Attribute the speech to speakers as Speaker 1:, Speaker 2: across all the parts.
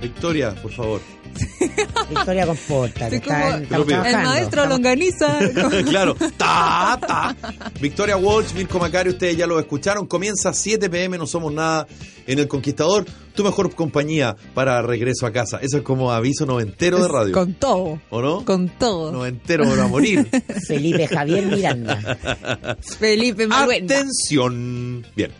Speaker 1: Victoria, por favor.
Speaker 2: Victoria comporta, que
Speaker 3: Estoy como-
Speaker 2: está, en-
Speaker 1: Pero
Speaker 2: estamos
Speaker 1: mira,
Speaker 3: El
Speaker 2: trabajando.
Speaker 3: maestro
Speaker 2: Estamos-
Speaker 3: longaniza.
Speaker 1: claro. Ta, ta. Victoria Walsh, Mirko Macari, ustedes ya lo escucharon. Comienza a 7 pm, no somos nada en El Conquistador. Tu mejor compañía para regreso a casa. Eso es como aviso noventero de radio.
Speaker 3: Con todo.
Speaker 1: ¿O no?
Speaker 3: Con todo.
Speaker 1: Noventero para morir.
Speaker 2: Felipe Javier Miranda.
Speaker 3: Felipe Magüena.
Speaker 1: Atención. Bien.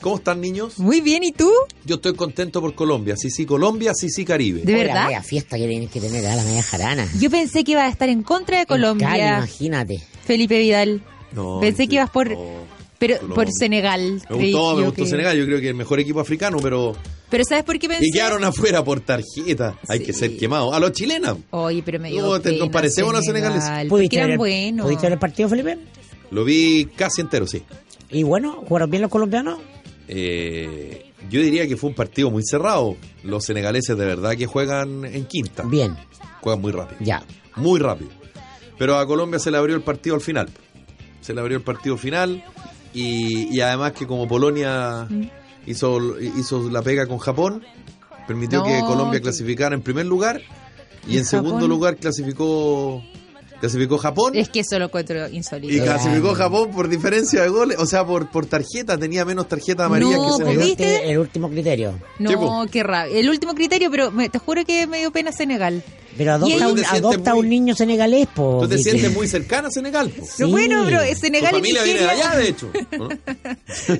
Speaker 1: ¿Cómo están, niños?
Speaker 3: Muy bien, ¿y tú?
Speaker 1: Yo estoy contento por Colombia. Sí, sí, Colombia, sí, sí, Caribe.
Speaker 3: ¿De
Speaker 2: Oye,
Speaker 3: verdad?
Speaker 2: La media fiesta que tienes que tener, ah, la media jarana. En
Speaker 3: Yo pensé que iba a estar en contra de
Speaker 2: Cali,
Speaker 3: Colombia,
Speaker 2: imagínate.
Speaker 3: Felipe Vidal.
Speaker 1: No,
Speaker 3: Pensé que ibas por-
Speaker 1: no.
Speaker 3: Pero
Speaker 1: Colombia.
Speaker 3: por Senegal.
Speaker 1: Me
Speaker 3: creí
Speaker 1: gustó, me
Speaker 3: yo
Speaker 1: gustó
Speaker 3: que-
Speaker 1: Senegal. Yo creo que el mejor equipo africano, pero.
Speaker 3: Pero ¿sabes por qué pensé?
Speaker 1: Y quedaron afuera por tarjeta. Hay
Speaker 3: Sí.
Speaker 1: que ser quemado. A los chilenos.
Speaker 3: Oye, pero me dio
Speaker 1: No, te-
Speaker 3: pena
Speaker 1: nos parecemos a los
Speaker 3: Senegal,
Speaker 1: senegaleses.
Speaker 3: Porque
Speaker 2: ver
Speaker 3: eran
Speaker 2: el-
Speaker 3: buenos.
Speaker 2: ¿Pudiste ver el partido, Felipe?
Speaker 1: Lo vi casi entero, sí.
Speaker 2: Y bueno, ¿jugaron bien los colombianos?
Speaker 1: Eh, yo diría que fue un partido muy cerrado. Los senegaleses de verdad que juegan en quinta.
Speaker 2: Bien,
Speaker 1: Juegan muy rápido.
Speaker 2: ya.
Speaker 1: Muy rápido. Pero a Colombia se le abrió el partido al final. Se le abrió el partido final. Y, y además que como Polonia
Speaker 3: Mm.
Speaker 1: hizo, hizo la pega con Japón, permitió
Speaker 3: No,
Speaker 1: que Colombia
Speaker 3: que-
Speaker 1: clasificara en primer lugar. Y en
Speaker 3: Japón.
Speaker 1: segundo lugar clasificó clasificó Japón.
Speaker 3: Es que eso lo encuentro insólito.
Speaker 1: Y
Speaker 2: Grande.
Speaker 1: clasificó Japón por diferencia de goles, o sea, por, por tarjeta, tenía menos tarjetas amarillas
Speaker 3: No,
Speaker 1: que
Speaker 3: pues,
Speaker 1: Senegal.
Speaker 3: ¿viste?
Speaker 2: Este, El último criterio.
Speaker 1: Sí,
Speaker 3: No,
Speaker 1: po.
Speaker 3: qué rabia. El último criterio, pero me- te juro que me dio pena Senegal.
Speaker 2: Pero
Speaker 3: Y
Speaker 2: adopta, un,
Speaker 3: ellos-
Speaker 1: Tú te sientes
Speaker 2: adopta
Speaker 1: muy-
Speaker 2: un niño senegalés, po.
Speaker 3: pues,
Speaker 1: Tú te
Speaker 2: Vicky.
Speaker 1: sientes muy cercana a Senegal. po.
Speaker 3: Pero
Speaker 2: Sí.
Speaker 3: bueno, pero es
Speaker 1: Tu
Speaker 3: Senegal y
Speaker 1: familia viene de
Speaker 3: Nigeria
Speaker 1: allá, de hecho. ¿o no?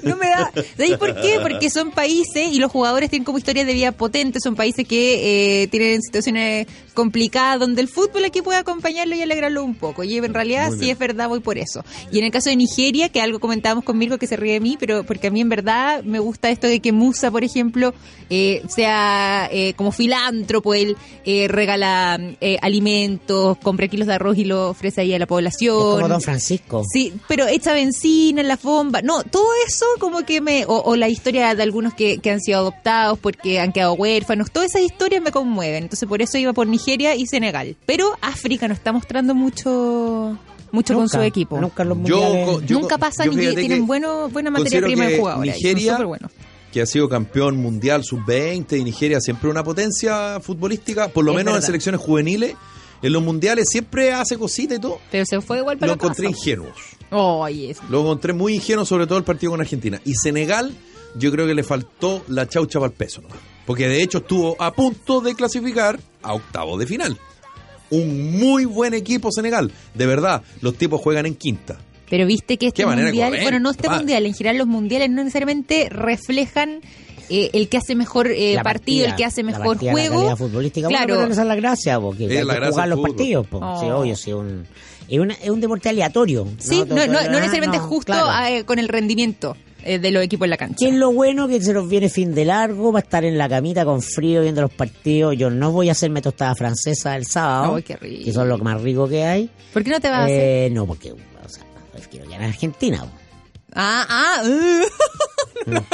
Speaker 3: no me da. ¿Sabéis por qué? Porque son países y los jugadores tienen como historia de vida potente, son países que eh, tienen situaciones complicadas donde el fútbol aquí puede acompañarlo y alegrarlo un poco. Y en realidad
Speaker 1: Muy
Speaker 3: sí
Speaker 1: bien.
Speaker 3: es verdad, voy por eso. Y en el caso de Nigeria, que algo comentábamos conmigo que se ríe de mí, pero porque a mí en verdad me gusta esto de que Musa, por ejemplo, eh, sea eh, como filántropo, él eh, regala eh, alimentos, compra kilos de arroz y lo ofrece ahí a la población.
Speaker 2: Es como Don Francisco.
Speaker 3: Sí, pero echa benzina en las bombas. No, todo eso como que me... O, o la historia de algunos que, que han sido adoptados porque han quedado huérfanos. Todas esas historias me conmueven. Entonces por eso iba por Nigeria y Senegal. Pero África nos está mostrando mucho mucho con
Speaker 2: Nunca,
Speaker 3: su equipo.
Speaker 2: Nunca
Speaker 3: Nunca,
Speaker 2: en los
Speaker 1: Yo
Speaker 2: mundiales.
Speaker 1: co- yo co-
Speaker 3: pasan
Speaker 1: yo
Speaker 3: y
Speaker 1: fíjate
Speaker 3: tienen
Speaker 1: que
Speaker 3: bueno, buena materia
Speaker 1: considero
Speaker 3: prima de
Speaker 1: que
Speaker 3: jugadores. y son
Speaker 1: Nigeria-
Speaker 3: superbuenos.
Speaker 1: Que ha sido campeón mundial sub-20 y Nigeria siempre una potencia futbolística, por lo
Speaker 3: Es
Speaker 1: menos en
Speaker 3: verdad.
Speaker 1: selecciones juveniles. En los mundiales siempre hace cositas y todo.
Speaker 3: Pero se fue igual para
Speaker 1: Lo
Speaker 3: la casa.
Speaker 1: encontré ingenuos.
Speaker 3: Oye, sí.
Speaker 1: Lo encontré muy ingenuo, sobre todo el partido con Argentina. Y Senegal, yo creo que le faltó la chaucha para el peso. ¿no? Porque de hecho estuvo a punto de clasificar a octavos de final. Un muy buen equipo Senegal. De verdad, los tipos juegan en quinta.
Speaker 3: Pero viste que este
Speaker 1: Qué manera de
Speaker 3: mundial,
Speaker 1: correr,
Speaker 3: bueno, no este
Speaker 1: compadre.
Speaker 3: mundial, en general los mundiales no necesariamente reflejan eh, el que hace mejor eh,
Speaker 2: La
Speaker 3: partido, el que hace
Speaker 2: la
Speaker 3: mejor
Speaker 2: partida, La
Speaker 3: juego.
Speaker 2: calidad futbolística.
Speaker 3: Claro.
Speaker 2: Bueno, pero esa es la gracia, porque
Speaker 1: Es
Speaker 2: hay
Speaker 1: la
Speaker 2: que
Speaker 1: gracia
Speaker 2: jugar
Speaker 1: del
Speaker 2: los
Speaker 1: fútbol.
Speaker 2: partidos, po.
Speaker 3: Oh.
Speaker 2: Sí, obvio, sí, un, es, una- es un deporte aleatorio.
Speaker 3: Sí, no, no, no necesariamente
Speaker 2: no,
Speaker 3: justo
Speaker 2: claro.
Speaker 3: eh, con el rendimiento eh, de los equipos en la cancha.
Speaker 2: ¿Qué es lo bueno que se nos viene fin de largo? Va a estar en la camita con frío viendo los partidos. Yo no voy a hacerme tostada francesa el sábado,
Speaker 3: Ay, qué rico.
Speaker 2: que son lo más rico que hay.
Speaker 3: ¿Por qué no te vas a hacer?
Speaker 2: Eh, no, porque o sea, quiero ganar a Argentina. po.
Speaker 3: Ah, ah, uh,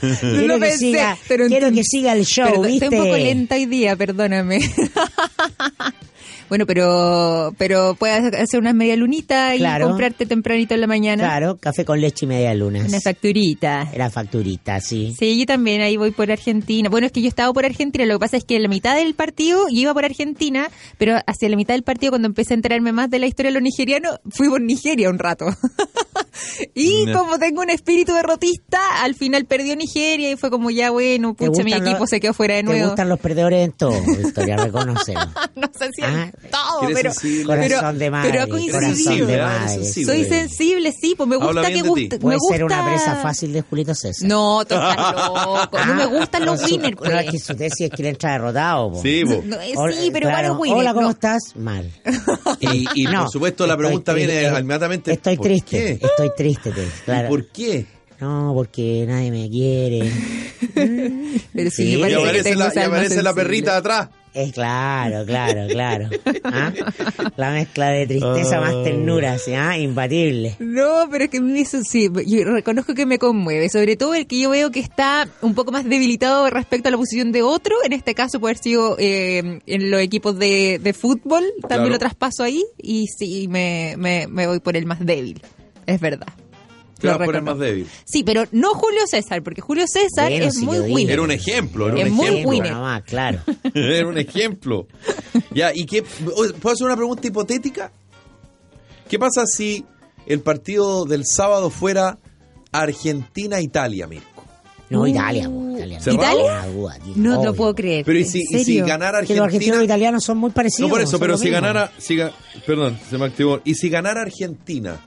Speaker 3: No
Speaker 2: Quiero,
Speaker 3: lo
Speaker 2: que,
Speaker 3: pensé,
Speaker 2: siga,
Speaker 3: pero
Speaker 2: quiero
Speaker 3: entiendo.
Speaker 2: que siga el show,
Speaker 3: perdón,
Speaker 2: ¿viste?
Speaker 3: estoy un poco lenta hoy día, perdóname. bueno, pero pero puedes hacer unas media lunita y
Speaker 2: Claro.
Speaker 3: comprarte tempranito en la mañana
Speaker 2: Claro, café con leche y media luna.
Speaker 3: una facturita.
Speaker 2: Era facturita, sí.
Speaker 3: Sí, yo también ahí voy por Argentina. Bueno, es que yo estaba por Argentina, lo que pasa es que en la mitad del partido yo iba por Argentina, pero hacia la mitad del partido cuando empecé a enterarme más de la historia de los nigerianos, fui por Nigeria un rato. y
Speaker 1: No.
Speaker 3: como tengo un espíritu derrotista, al final perdió Nigeria y fue como ya bueno,
Speaker 2: ¿Te
Speaker 3: pucha, mi
Speaker 2: gustan los-
Speaker 3: equipo se quedó fuera de
Speaker 2: Te
Speaker 3: nuevo.
Speaker 2: gustan los perdedores en todo, Victoria, reconocelo.
Speaker 3: no sé si en
Speaker 2: Ah.
Speaker 3: todo,
Speaker 1: ¿Quieres
Speaker 3: pero,
Speaker 1: sensible?
Speaker 3: pero-
Speaker 2: Corazón de madre,
Speaker 3: pero ha
Speaker 2: corazón
Speaker 3: coincidido. ¿eh?
Speaker 1: Sensible,
Speaker 2: de
Speaker 1: ah,
Speaker 2: madre.
Speaker 1: sensible.
Speaker 3: Soy
Speaker 1: güey.
Speaker 3: sensible, sí, pues me
Speaker 1: Habla
Speaker 3: gusta que
Speaker 1: bien de ti.
Speaker 3: gusta, me
Speaker 2: Puede
Speaker 3: gusta
Speaker 2: ser una presa fácil de Julito César.
Speaker 3: No, total loco. No me gustan los
Speaker 2: Ah, su-
Speaker 3: winners,
Speaker 2: No,
Speaker 3: pues.
Speaker 2: es que su tesis es que le entra derrotado. po.
Speaker 1: Sí, po.
Speaker 3: No, eh,
Speaker 2: Hola,
Speaker 3: sí, pero igual
Speaker 2: claro.
Speaker 3: los winners.
Speaker 2: Hola, ¿cómo
Speaker 3: no.
Speaker 2: estás? Mal.
Speaker 1: Y, y,
Speaker 2: No,
Speaker 1: por supuesto la
Speaker 2: estoy
Speaker 1: pregunta
Speaker 2: triste,
Speaker 1: viene
Speaker 2: eh,
Speaker 1: inmediatamente.
Speaker 2: Estoy
Speaker 1: ¿por
Speaker 2: triste,
Speaker 1: qué?
Speaker 2: estoy triste. te-
Speaker 1: ¿Y
Speaker 2: Claro.
Speaker 1: ¿Por qué?
Speaker 2: No, porque nadie me quiere.
Speaker 3: Pero sí,
Speaker 2: Sí.
Speaker 3: me
Speaker 1: Y
Speaker 3: parece que
Speaker 1: aparece
Speaker 3: tengo
Speaker 1: la,
Speaker 3: esa
Speaker 1: y
Speaker 3: alma
Speaker 1: aparece la
Speaker 3: sensible.
Speaker 1: perrita atrás.
Speaker 2: Es claro, claro, claro. ¿Ah? La mezcla de tristeza más ternura, ¿sí? ¿Ah? Imbatible.
Speaker 3: No, pero es que a mí eso sí, yo reconozco que me conmueve, sobre todo el que yo veo que está un poco más debilitado respecto a la posición de otro, en este caso puede haber sido eh, en los equipos de, de fútbol, también
Speaker 1: Claro.
Speaker 3: lo traspaso ahí y sí, me, me, me voy por el más débil, es verdad.
Speaker 1: Claro,
Speaker 3: lo
Speaker 1: pero es
Speaker 3: recordó.
Speaker 1: más débil.
Speaker 3: Sí, pero no Julio César, porque Julio César
Speaker 2: Bueno,
Speaker 3: es
Speaker 2: sí,
Speaker 3: muy
Speaker 2: yo digo.
Speaker 3: winner.
Speaker 1: Era un ejemplo, era
Speaker 3: Es
Speaker 1: un
Speaker 3: muy
Speaker 1: ejemplo.
Speaker 3: winner.
Speaker 2: Nomás, claro.
Speaker 1: Era un ejemplo. Ya, ¿y qué? oye, ¿Puedo hacer una pregunta hipotética? ¿Qué pasa si el partido del sábado fuera Argentina-Italia, Mirko?
Speaker 2: No,
Speaker 3: Uh,
Speaker 2: Italia, po, Italia.
Speaker 1: ¿Cerrado?
Speaker 2: Ah, buah, tío,
Speaker 3: No te
Speaker 2: obvio.
Speaker 3: lo puedo creer.
Speaker 1: Pero ¿y
Speaker 3: ¿en
Speaker 1: si, y si
Speaker 3: serio?
Speaker 1: ganara
Speaker 2: Que los argentinos y los
Speaker 1: Argentina?
Speaker 2: italianos son muy parecidos.
Speaker 1: No por eso,
Speaker 2: son
Speaker 1: pero
Speaker 2: lo
Speaker 1: si
Speaker 2: mismo.
Speaker 1: ganara... si ga- perdón, se me activó. ¿Y si ganara Argentina?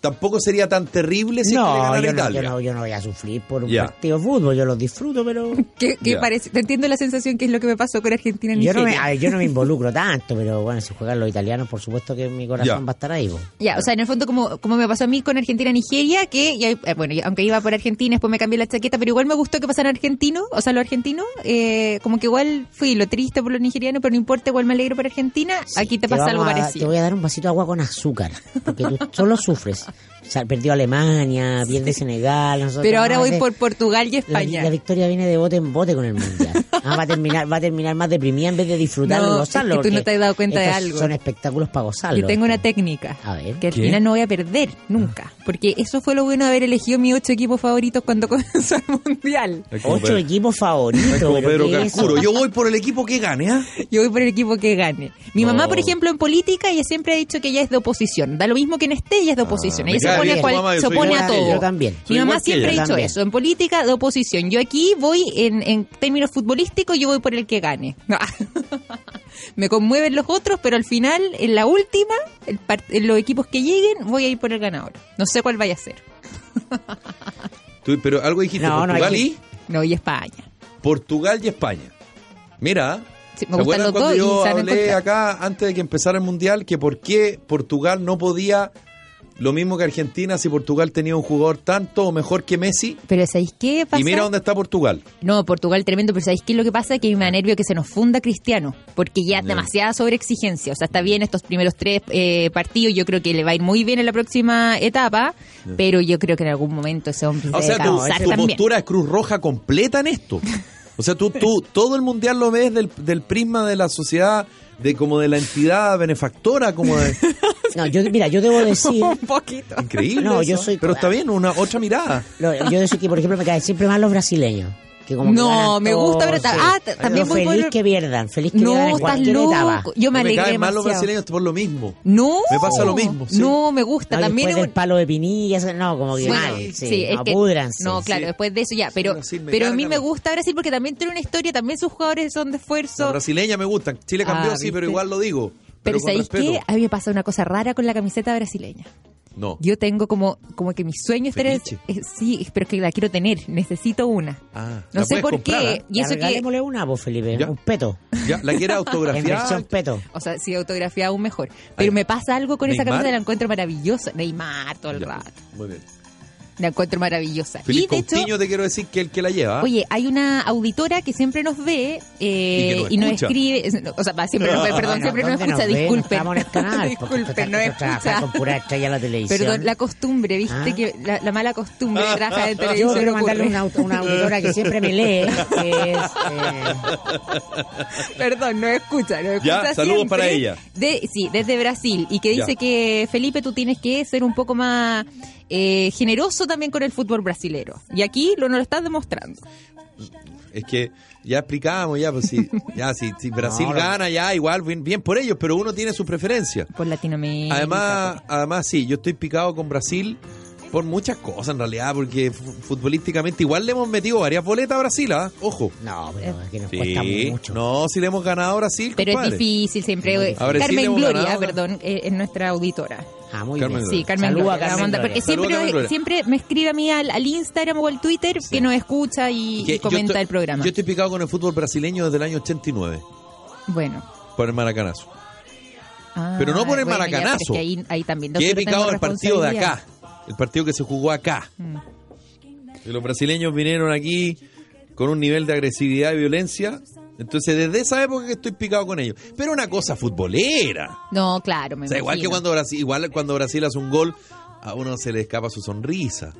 Speaker 1: Tampoco sería tan terrible si es que le
Speaker 2: No,
Speaker 1: ganara
Speaker 2: yo no,
Speaker 1: Italia.
Speaker 2: yo, no, yo no voy a sufrir por un
Speaker 1: Ya.
Speaker 2: partido de fútbol, yo los disfruto, pero
Speaker 3: ¿Qué- qué
Speaker 1: Ya.
Speaker 3: parece? Te entiendo la sensación que es lo que me pasó con Argentina en
Speaker 2: yo no, me,
Speaker 3: Nigeria.
Speaker 2: a ver, yo no me involucro tanto, pero bueno, si juegan los italianos, por supuesto que mi corazón
Speaker 1: Ya.
Speaker 2: va a estar ahí. po.
Speaker 3: Ya, o sea, en el fondo como, como me pasó a mí con Argentina-Nigeria, que ya- eh, bueno, ya- aunque iba por Argentina, después me cambié la chaqueta, pero igual me gustó que pasara argentino, o sea, lo argentino, eh, como que igual fui lo triste por lo nigeriano, pero no importa, igual me alegro por Argentina, aquí te pasa
Speaker 2: vamos
Speaker 3: algo
Speaker 2: a- Te
Speaker 3: parecido.
Speaker 2: voy a dar un vasito de agua con azúcar, porque tú solo sufres. O sea, perdió Alemania, pierde Senegal. nosotros
Speaker 3: Pero ahora
Speaker 2: vamos a hacer-
Speaker 3: voy por Portugal y
Speaker 2: La,
Speaker 3: España.
Speaker 2: la victoria viene de bote en bote con el mundial. Ah, va a terminar, va a terminar más deprimida en vez de disfrutarlo
Speaker 3: No,
Speaker 2: y gozarlo.
Speaker 3: es que tú no
Speaker 2: porque
Speaker 3: te has dado cuenta de
Speaker 2: estos
Speaker 3: algo.
Speaker 2: Son espectáculos para gozarlo.
Speaker 3: Yo tengo una técnica.
Speaker 2: A ver. Ah.
Speaker 3: Que al
Speaker 1: ¿Qué?
Speaker 3: final no voy a perder, nunca. Porque eso fue lo bueno de haber elegido mis ocho equipos favoritos cuando comenzó el Mundial.
Speaker 1: Es como
Speaker 2: Ocho
Speaker 1: Pedro-
Speaker 2: equipos favoritos.
Speaker 1: es como
Speaker 2: pero
Speaker 1: Pedro
Speaker 2: ¿qué es eso?
Speaker 1: Carcuro. Yo voy por el equipo que gane, ¿ah?
Speaker 3: Yo voy por el equipo que gane. Mi
Speaker 1: No.
Speaker 3: mamá, por ejemplo, en política, ella siempre ha dicho que ella es de oposición. Da lo mismo que en esté, ella es de oposición.
Speaker 1: Ah, me
Speaker 3: ella se
Speaker 1: cae
Speaker 3: opone,
Speaker 1: bien
Speaker 3: a,
Speaker 1: tu
Speaker 3: cual-
Speaker 1: mamá, yo
Speaker 3: se
Speaker 1: soy
Speaker 3: opone
Speaker 1: igual
Speaker 3: a
Speaker 1: que
Speaker 3: todo.
Speaker 1: ella.
Speaker 2: Yo también.
Speaker 1: Soy
Speaker 3: Mi mamá
Speaker 1: igual que
Speaker 3: siempre ha
Speaker 1: ella.
Speaker 3: dicho
Speaker 2: También.
Speaker 3: eso. En política, de oposición. Yo aquí voy, en, en términos futbolísticos, yo voy por el que gane. Ah. Me conmueven los otros, pero al final, en la última, el par- en los equipos que lleguen, voy a ir por el ganador. No sé cuál vaya a ser.
Speaker 1: Tú- pero algo dijiste,
Speaker 2: No, no,
Speaker 1: Portugal
Speaker 2: hay-
Speaker 1: y...
Speaker 3: No, y España.
Speaker 1: Portugal y España. Mira,
Speaker 3: Sí, me
Speaker 1: ¿se
Speaker 3: gustan
Speaker 1: acuerdan
Speaker 3: los
Speaker 1: cuando
Speaker 3: dos y
Speaker 1: yo
Speaker 3: se van a
Speaker 1: hablé
Speaker 3: encontrar.
Speaker 1: acá antes de que empezara el Mundial que por qué Portugal no podía lo mismo que Argentina si Portugal tenía un jugador tanto o mejor que Messi?
Speaker 3: Pero ¿sabéis qué pasa?
Speaker 1: Y mira dónde está Portugal.
Speaker 3: No, Portugal tremendo, pero ¿sabéis qué es lo que pasa? Que me da nervio que se nos funda Cristiano, porque ya es
Speaker 1: Ya.
Speaker 3: demasiada sobreexigencia. O sea, está bien estos primeros tres eh, partidos, yo creo que le va a ir muy bien en la próxima etapa, pero yo creo que en algún momento ese hombre se
Speaker 1: O sea,
Speaker 3: debe
Speaker 1: tu,
Speaker 3: cansar
Speaker 1: tu
Speaker 3: también.
Speaker 1: postura es cruz roja completa en esto. O sea, tú, tú todo el Mundial lo ves del, del prisma de la sociedad, de como de la entidad benefactora, como de...
Speaker 2: No, yo, mira, yo debo decir.
Speaker 3: Un poquito.
Speaker 1: Increíble.
Speaker 2: No, yo
Speaker 1: eso.
Speaker 2: soy-
Speaker 1: Pero está bien, una otra mirada.
Speaker 2: lo- yo debo decir que, por ejemplo, me caen siempre mal los brasileños. Que como que
Speaker 3: No,
Speaker 2: ganan
Speaker 3: me
Speaker 2: todo,
Speaker 3: gusta, pero ta-
Speaker 2: sí.
Speaker 3: ah, t- también
Speaker 2: Pero
Speaker 3: voy por-
Speaker 2: feliz que pierdan, feliz que pierdan
Speaker 3: No,
Speaker 2: en
Speaker 3: estás
Speaker 2: cualquier etapa.
Speaker 3: loco. Yo me
Speaker 1: No
Speaker 3: alegré
Speaker 1: caen mal los
Speaker 3: demasiado.
Speaker 1: brasileños por lo mismo.
Speaker 3: No.
Speaker 1: Me pasa lo mismo, sí.
Speaker 3: No, me gusta.
Speaker 2: No,
Speaker 3: también
Speaker 2: después
Speaker 3: es un-
Speaker 2: del palo de pinillas, no, como que
Speaker 3: Bueno,
Speaker 2: mal, sí,
Speaker 3: es
Speaker 2: no,
Speaker 3: que-
Speaker 2: púdranse.
Speaker 3: no, claro,
Speaker 1: Sí.
Speaker 3: después de eso ya. Pero,
Speaker 1: Brasil me
Speaker 3: pero a mí
Speaker 1: carga
Speaker 3: me
Speaker 1: la-
Speaker 3: gusta Brasil porque también tiene una historia, también sus jugadores son de
Speaker 1: Las
Speaker 3: esfuerzo.
Speaker 1: brasileñas me gustan. Chile cambió,
Speaker 3: Ah,
Speaker 1: sí, pero
Speaker 3: ¿viste?
Speaker 1: igual lo digo. Pero,
Speaker 3: Pero,
Speaker 1: con
Speaker 3: ¿sabéis
Speaker 1: respeto.
Speaker 3: qué? A mí me pasa una cosa rara con la camiseta brasileña.
Speaker 1: No.
Speaker 3: Yo tengo como, como que mi sueño es tener.
Speaker 1: Fetiche.
Speaker 3: eh, sí, pero que la quiero tener. Necesito una.
Speaker 1: Ah,
Speaker 3: No
Speaker 1: la
Speaker 3: sé
Speaker 1: puedes
Speaker 3: por
Speaker 1: comprar,
Speaker 3: qué.
Speaker 1: ¿ah?
Speaker 3: Y eso que.
Speaker 2: Arregalémosle una, vos, Felipe,
Speaker 1: Ya.
Speaker 2: un peto.
Speaker 1: Ya, la quiere
Speaker 2: En versión
Speaker 1: autografiar.
Speaker 2: peto.
Speaker 3: O sea, si autografía aún mejor.
Speaker 1: Ay.
Speaker 3: Pero me pasa algo con esa
Speaker 1: Neymar.
Speaker 3: camiseta, la encuentro maravillosa. Neymar todo el
Speaker 1: Ya,
Speaker 3: rato.
Speaker 1: Muy bien.
Speaker 3: La encuentro maravillosa.
Speaker 1: Feliz
Speaker 3: y de hecho,
Speaker 1: Coutinho te quiero decir que el que la lleva. ¿ah?
Speaker 3: Oye, hay una auditora que siempre nos ve eh,
Speaker 1: Y que nos
Speaker 3: y, nos
Speaker 1: escucha.
Speaker 3: escribe. es- no, O sea, va, siempre nos ve, Pues perdón,
Speaker 2: Bueno,
Speaker 3: siempre nos
Speaker 2: Ah, ¿dónde
Speaker 3: escucha,
Speaker 2: ven? No
Speaker 3: disculpen.
Speaker 2: Estamos en el canal,
Speaker 3: disculpen, no
Speaker 2: Trabajar
Speaker 3: escucha.
Speaker 2: con pura estrella en la televisión.
Speaker 3: Perdón, la costumbre, viste,
Speaker 2: Ah.
Speaker 3: que la, la mala costumbre de trabajar en
Speaker 2: Yo
Speaker 3: televisión.
Speaker 2: quiero mandarle
Speaker 3: ocurre.
Speaker 2: una, aut- una auditora que siempre me lee, que es... eh,
Speaker 3: Perdón, no escucha, no escucha.
Speaker 1: Ya, saludos
Speaker 3: siempre.
Speaker 1: para ella.
Speaker 3: De- sí, desde Brasil. Y que
Speaker 1: Ya.
Speaker 3: dice que, Felipe, tú tienes que ser un poco más eh, generoso también con el fútbol brasilero. Y aquí lo, nos lo estás demostrando.
Speaker 1: ¿ah? Es que ya explicamos, ya, pues si, ya, si, si Brasil
Speaker 2: No, no.
Speaker 1: gana, ya, igual, bien, bien por ellos, pero uno tiene su preferencia.
Speaker 3: Por Latinoamérica.
Speaker 1: Además, además sí, yo estoy picado con Brasil por muchas cosas en realidad, porque fu- futbolísticamente igual le hemos metido varias boletas a Brasil, ¿ah? Ojo.
Speaker 2: no, pero es que nos cuesta
Speaker 1: Sí,
Speaker 2: mucho.
Speaker 1: no, si le hemos ganado a Brasil,
Speaker 3: Pero es
Speaker 1: compadre.
Speaker 3: difícil siempre.
Speaker 2: muy
Speaker 3: eh,
Speaker 1: difícil. A ver, sí, le
Speaker 3: Carmen
Speaker 1: hemos
Speaker 3: Gloria,
Speaker 1: ganado, ¿no?
Speaker 3: perdón, eh, es nuestra auditora.
Speaker 2: Ah, muy
Speaker 1: Carmen
Speaker 2: bien.
Speaker 1: Gloria.
Speaker 3: Sí, Carmen
Speaker 2: Saluda
Speaker 3: Gloria.
Speaker 2: a Carmen
Speaker 3: la manda-
Speaker 2: Gloria.
Speaker 3: Porque
Speaker 1: Saluda a
Speaker 3: siempre,
Speaker 1: Carmen Gloria.
Speaker 3: siempre me escribe a mí al, al Instagram o al Twitter que nos escucha y,
Speaker 1: Que
Speaker 3: y
Speaker 1: yo
Speaker 3: comenta
Speaker 1: estoy-
Speaker 3: el programa.
Speaker 1: Yo estoy picado con el fútbol brasileño desde el año 89,
Speaker 3: Bueno.
Speaker 1: por el maracanazo.
Speaker 3: Ah,
Speaker 1: Pero no por el
Speaker 3: bueno, ya, pero es
Speaker 1: maracanazo.
Speaker 3: que ahí, ahí también.
Speaker 1: que he
Speaker 3: nosotros
Speaker 1: picado el
Speaker 3: tenemos
Speaker 1: partido de
Speaker 3: responsabilidad.
Speaker 1: acá, el partido que se jugó acá.
Speaker 3: Mm.
Speaker 1: Que los brasileños vinieron aquí con un nivel de agresividad y violencia. Entonces, desde esa época que estoy picado con ellos. Pero una cosa futbolera.
Speaker 3: No, claro, me
Speaker 1: O sea, igual que
Speaker 3: imagino.
Speaker 1: cuando Brasil, igual cuando Brasil hace un gol, a uno se le escapa su sonrisa.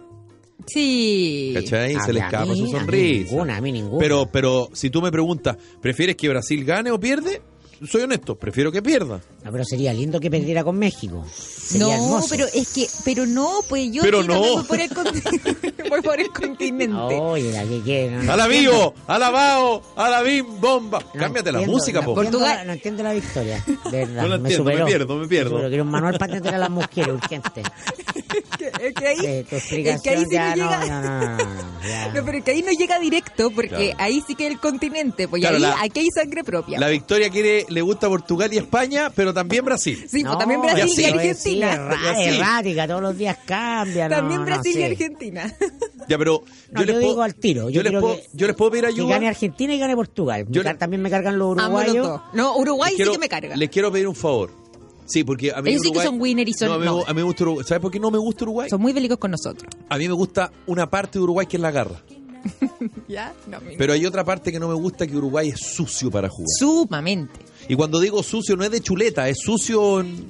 Speaker 3: Sí.
Speaker 1: ¿Cachai?
Speaker 2: Ah,
Speaker 1: se le
Speaker 2: a
Speaker 1: escapa
Speaker 2: mí-
Speaker 1: su
Speaker 2: a mí
Speaker 1: sonrisa.
Speaker 2: ninguna, a mí ninguna.
Speaker 1: Pero, pero si tú me preguntas, ¿prefieres que Brasil gane o pierde? soy honesto, prefiero que pierda.
Speaker 2: No, pero sería lindo que perdiera con México. Sería
Speaker 3: no,
Speaker 2: hermoso.
Speaker 3: pero es que, pero no, pues yo
Speaker 1: Pero
Speaker 3: sí también
Speaker 1: no.
Speaker 3: voy por el, conti- voy por el continente.
Speaker 2: Oye, la que quiera.
Speaker 1: A la Bio, a la Bao, a la Bim Bomba. Cámbiate la música, po.
Speaker 2: Portugal.
Speaker 3: Portugal.
Speaker 2: no entiendo la victoria, de verdad.
Speaker 1: No la
Speaker 2: me
Speaker 1: entiendo, me
Speaker 2: superó.
Speaker 1: pierdo, me pierdo.
Speaker 2: superó. Quiero un manual para entender a las mujeres, urgente.
Speaker 3: Que- es que ahí,
Speaker 2: Eh, tu
Speaker 3: es que ahí
Speaker 2: explicación
Speaker 3: sí
Speaker 2: ya
Speaker 3: no
Speaker 2: no,
Speaker 3: llega.
Speaker 2: no, no, no, ya.
Speaker 3: No, pero es que ahí no llega directo, porque
Speaker 1: Claro.
Speaker 3: ahí sí que el continente, pues y
Speaker 1: Claro,
Speaker 3: ahí,
Speaker 1: la-
Speaker 3: aquí hay sangre propia.
Speaker 1: La victoria quiere, le gusta Portugal y España, pero también Brasil.
Speaker 3: sí, pues
Speaker 2: No,
Speaker 3: también Brasil
Speaker 1: así
Speaker 3: y
Speaker 1: lo
Speaker 2: pero es- sí,
Speaker 3: Argentina.
Speaker 2: erra-
Speaker 1: Y así.
Speaker 2: errática, todos los días cambia. no,
Speaker 3: también
Speaker 2: no,
Speaker 3: Brasil
Speaker 2: sí.
Speaker 3: y Argentina.
Speaker 1: Ya, pero
Speaker 2: No, yo, digo al tiro. Yo,
Speaker 1: les
Speaker 2: quiero
Speaker 1: puedo,
Speaker 2: que,
Speaker 1: yo les puedo pedir
Speaker 2: que
Speaker 1: ayuda.
Speaker 2: gane Argentina y gane Portugal. Me
Speaker 1: Yo
Speaker 2: car-
Speaker 1: le-
Speaker 2: también me cargan los
Speaker 3: Ambos los
Speaker 2: uruguayos.
Speaker 3: dos. No, Uruguay
Speaker 1: Les quiero-
Speaker 3: sí que me carga.
Speaker 1: Les quiero pedir un favor. Sí, porque a mí
Speaker 3: Ellos sí que
Speaker 1: Uruguay-
Speaker 3: son winner y son-
Speaker 1: No, a mí,
Speaker 3: no.
Speaker 1: a mí me gusta Uruguay. ¿Sabes por qué no me gusta Uruguay?
Speaker 3: Son muy bélicos con nosotros.
Speaker 1: A mí me gusta una parte de Uruguay que es la garra.
Speaker 3: ¿Ya? No, mira.
Speaker 1: Pero hay otra parte que no me gusta que Uruguay es sucio para jugar.
Speaker 3: Sumamente.
Speaker 1: Y cuando digo sucio no es de chuleta, es sucio en-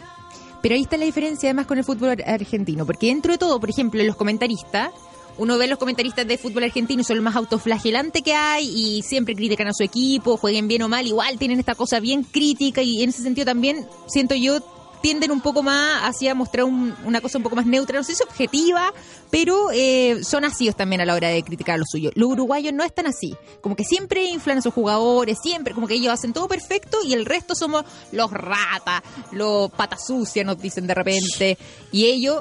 Speaker 3: Pero ahí está la diferencia además con el fútbol ar- argentino, porque dentro de todo, por ejemplo, los comentaristas, uno ve los comentaristas de fútbol argentino y son los más autoflagelantes que hay y siempre critican a su equipo, jueguen bien o mal, igual tienen esta cosa bien crítica y en ese sentido también siento yo tienden un poco más hacia mostrar un- una cosa un poco más neutra, no sé si objetiva, pero eh, son ácidos también a la hora de criticar lo suyo. Los uruguayos no están así, como que siempre inflan a sus jugadores, siempre, como que ellos hacen todo perfecto y el resto somos los ratas, los patas sucias, nos dicen de repente, y ellos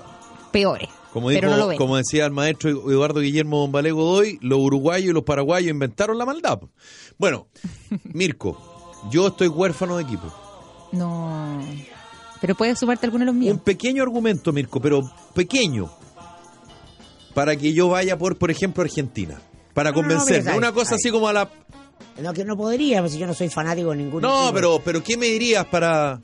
Speaker 3: peores.
Speaker 1: Como,
Speaker 3: pero
Speaker 1: dijo,
Speaker 3: no lo ven.
Speaker 1: como decía el maestro Eduardo Guillermo Bombalé Godoy, los uruguayos y los paraguayos inventaron la maldad. Bueno, Mirko, yo estoy huérfano de equipo.
Speaker 3: No. Pero puedes sumarte alguno de los míos.
Speaker 1: Un pequeño argumento, Mirko, pero pequeño, para que yo vaya por, por ejemplo, Argentina. Para
Speaker 2: No, no, no,
Speaker 1: convencerme.
Speaker 2: mira,
Speaker 1: Una
Speaker 2: ahí,
Speaker 1: cosa
Speaker 2: ahí.
Speaker 1: así como a la...
Speaker 2: No, que no podría, pues si yo no soy fanático de ningún
Speaker 1: No,
Speaker 2: equipo.
Speaker 1: pero, pero ¿qué me dirías para,